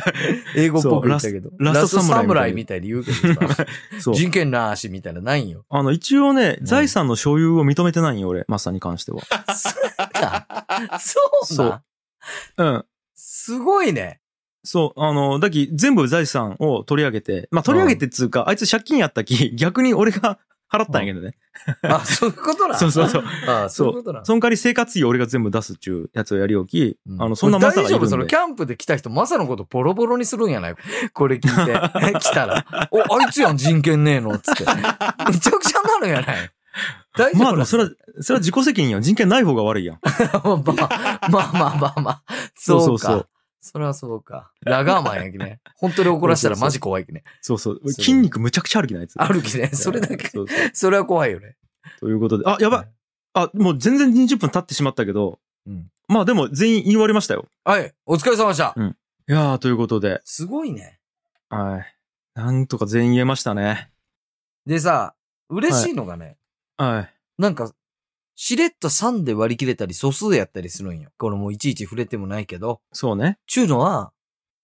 Speaker 2: 英語っぽく言ったけど。
Speaker 1: ラスラスト
Speaker 2: ラ
Speaker 1: サ
Speaker 2: ム
Speaker 1: ム
Speaker 2: ラ
Speaker 1: ラ
Speaker 2: イ
Speaker 1: イ
Speaker 2: み
Speaker 1: み
Speaker 2: たいに言うけどさ。
Speaker 1: そう。
Speaker 2: 人権なしみたいな、ないんよ。
Speaker 1: あの、一応ね、
Speaker 2: うん
Speaker 1: 財産の所有を認めてないんよ、俺。マサに関しては。
Speaker 2: そうなんそう
Speaker 1: そ
Speaker 2: なん
Speaker 1: ううん。
Speaker 2: すごいね。
Speaker 1: そう。あの、だき、全部財産を取り上げて、まあ、取り上げてっつうか、あいつ借金やったき、 逆に俺が払ったんやけどね。
Speaker 2: あ、そういうことな。
Speaker 1: そうそうそう。
Speaker 2: あそういうことな。
Speaker 1: その代わり生活費を俺が全部出すっちゅうやつをやりおき、
Speaker 2: うん
Speaker 1: あの、そんなマサがい
Speaker 2: 大丈夫そ
Speaker 1: るん
Speaker 2: の
Speaker 1: で
Speaker 2: キ。ャンプで来た人、マサのことボロボロにするんやないこれ聞 いて。来たら。お、あいつやん、人権ねえの。つって。めちゃくちゃなるんやない大丈夫
Speaker 1: まあ、でもそれは、それは自己責任よ。人権ない方が悪いやん。
Speaker 2: まあまあまあまあまあ。そうか。そ
Speaker 1: そうそうそう
Speaker 2: りゃそうか。ラガーマンやきね。本当に怒らせたらマジ怖いきね。
Speaker 1: そうそう。
Speaker 2: そう
Speaker 1: 筋肉むちゃくちゃあるきなやつ。
Speaker 2: 歩きね。それだけ。
Speaker 1: そうそう
Speaker 2: それは怖いよね。
Speaker 1: ということで。あ、やばい。あ、もう全然20分経ってしまったけど。
Speaker 2: うん
Speaker 1: まあでも全員言い終わりましたよ。
Speaker 2: はい。お疲れ様でした。
Speaker 1: うんいやー、ということで。
Speaker 2: すごいね。
Speaker 1: はい。なんとか全員言えましたね。
Speaker 2: でさ、嬉しいのがね、
Speaker 1: はい。
Speaker 2: なんか、しれっと3で割り切れたり素数やったりするんよ。これもういちいち触れてもないけど。
Speaker 1: そうね。
Speaker 2: ちゅうのは、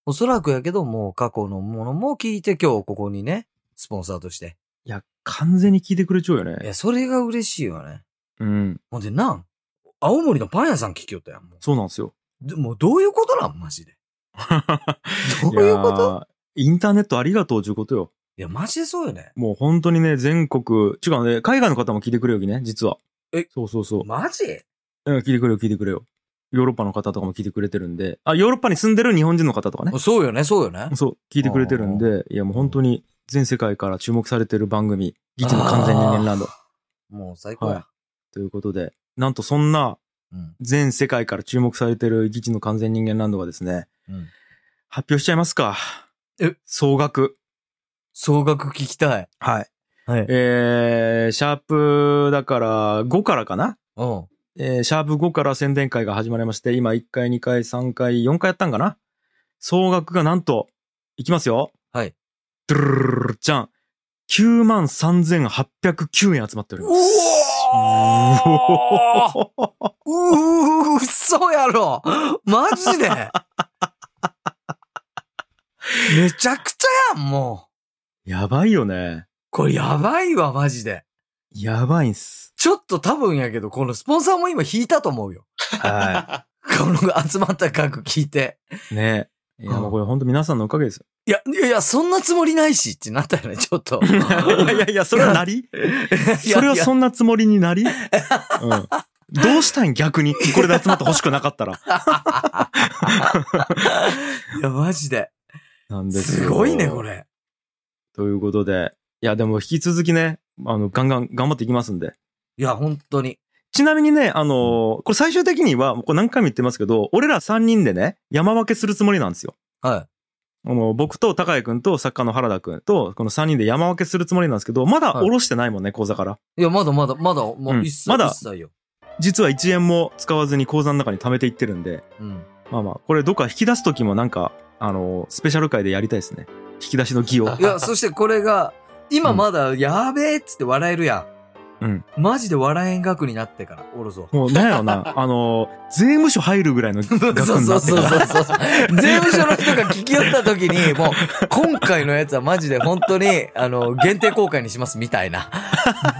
Speaker 2: おそらくやけどもう過去のものも聞いて今日ここにね、スポンサーとして。
Speaker 1: いや、完全に聞いてくれちゃうよ
Speaker 2: い
Speaker 1: ね。
Speaker 2: や、それが嬉しいよね。
Speaker 1: うん。
Speaker 2: ほんで、なん青森のパン屋さん聞きよったやん。も
Speaker 1: そうなんですよ。
Speaker 2: うでもうどういうことなんマジ で。どういうこといや
Speaker 1: やーインターネットありがとうということよ。
Speaker 2: マジでそうよね。
Speaker 1: もう本当にね、全国、違うね、海外の方も聞いてくれよ、ね、実は。
Speaker 2: え
Speaker 1: そうそうそう。
Speaker 2: マジ
Speaker 1: うん聞いてくれよ、聞いてくれよ。ヨーロッパの方とかも聞いてくれてるんで、あ、ヨーロッパに住んでる日本人の方とかね。
Speaker 2: そうよね、そうよね。
Speaker 1: そう、聞いてくれてるんで、いやもう本当に全世界から注目されてる番組、ギチの完全人間ランド。
Speaker 2: もう最高や。
Speaker 1: はということで、なんとそんな
Speaker 2: うん。
Speaker 1: 全世界から注目されてるギチの完全人間ランドがですね、
Speaker 2: うん。
Speaker 1: 発表しちゃいますか。
Speaker 2: え
Speaker 1: 総額。
Speaker 2: 総額聞きたい。
Speaker 1: はい。
Speaker 2: はい。
Speaker 1: えー、シャープ、だから、5からかな
Speaker 2: うん。
Speaker 1: えーシャープ5から宣伝会が始まりまして、今1回、2回、3回、4回やったんかな総額がなんと、いきますよ。
Speaker 2: はい。
Speaker 1: ドゥルルルルルルじゃん。9万3809円集まっております。
Speaker 2: う
Speaker 1: うおー
Speaker 2: うー、嘘やろマジでめちゃくちゃやん、もう。
Speaker 1: やばいよね。
Speaker 2: これやばいわ、マジで。
Speaker 1: やばいんす。
Speaker 2: ちょっと多分やけど、このスポンサーも今引いたと思うよ。
Speaker 1: は
Speaker 2: この集まった額聞いて。
Speaker 1: い。ねいや、
Speaker 2: うん
Speaker 1: もうこれ本当皆さんのおかげですよ。
Speaker 2: いや、いやいや、そんなつもりないしってなったよね、ちょ っと。
Speaker 1: いやいや、それはなりそれはそんなつもりに なりうん。どうしたん逆に。これで集まってほしくなかったら。
Speaker 2: いや、マジで。
Speaker 1: なんですよ
Speaker 2: すごいね、これ。
Speaker 1: ということで、いや、でも引き続きね、あの、ガンガン頑張っていきますんで。
Speaker 2: いや、本当に。
Speaker 1: ちなみにね、あのーこれ最終的には、これ何回も言ってますけど、俺ら3人でね、山分けするつもりなんですよ。
Speaker 2: は
Speaker 1: あの、僕と高井くんと作家の原田くんと、この3人で山分けするつもりなんですけど、まだ
Speaker 2: はい
Speaker 1: 下ろしてないもんね、口座から。
Speaker 2: い。いや、まだまだ、まだ、も
Speaker 1: うん
Speaker 2: う一切、
Speaker 1: まだ
Speaker 2: 一切よ。
Speaker 1: 実は1円も使わずに口座の中に貯めていってるんで、
Speaker 2: うん。
Speaker 1: まあまあ、これどっか引き出す時もなんか、あのースペシャル回でやりたいですね。引き出しの儀を。
Speaker 2: いや、そしてこれが、今まだ、やべえっつって笑えるやん。
Speaker 1: うん。
Speaker 2: マジで笑えん額になってから、おろそう。
Speaker 1: もう、なんやろ な、あのー税務署入るぐらいの
Speaker 2: そう
Speaker 1: 額
Speaker 2: そう
Speaker 1: に
Speaker 2: そ
Speaker 1: な
Speaker 2: う
Speaker 1: って
Speaker 2: そ
Speaker 1: か
Speaker 2: う
Speaker 1: ら。
Speaker 2: そう。 税務署の人が聞き寄った時に、もう、今回のやつはマジで本当に、あの、限定公開にしますみたいな、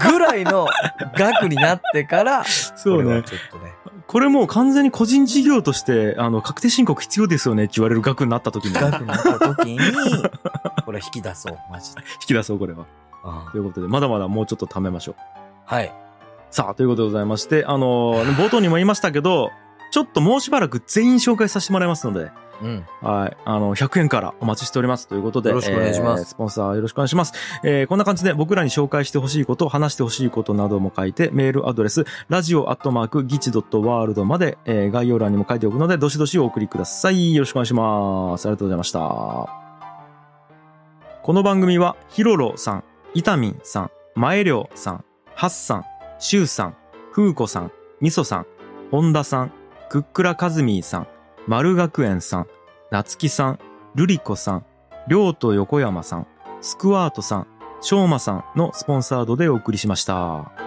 Speaker 2: ぐらいの額になってから、
Speaker 1: そう
Speaker 2: これ
Speaker 1: ね
Speaker 2: は。ちょっとね、
Speaker 1: これもう完全に個人事業として、あの、確定申告必要ですよねって言われる額になった時に引
Speaker 2: 額になった時に、これ引き出そう、マジで。
Speaker 1: き出そう、これは。
Speaker 2: うん
Speaker 1: ということで、まだまだもうちょっと貯めましょう。
Speaker 2: はい。
Speaker 1: さあ、ということでございまして、あのー冒頭にも言いましたけど、ちょっともうしばらく全員紹介させてもらいますので、
Speaker 2: うん。
Speaker 1: はい。あの、100円からお待ちしております。ということで。
Speaker 2: よろしくお願いします
Speaker 1: えースポンサーよろしくお願いします。えーこんな感じで僕らに紹介してほしいこと、話してほしいことなども書いて、メールアドレス、ラジオアットマーク、ギチドットワールドまで、えー概要欄にも書いておくので、どしどしお送りください。よろしくお願いします。ありがとうございました。この番組は、ヒロロさん、イタミンさん、マエリョウさん、ハッさん、シュウさん、フーコさん、ミソさん、ホンダさん、クックラカズミーさん、丸学園さん、夏木さん、ルリコさん、りょうと横山さん、スクワートさん、しょうまさんのスポンサードでお送りしました。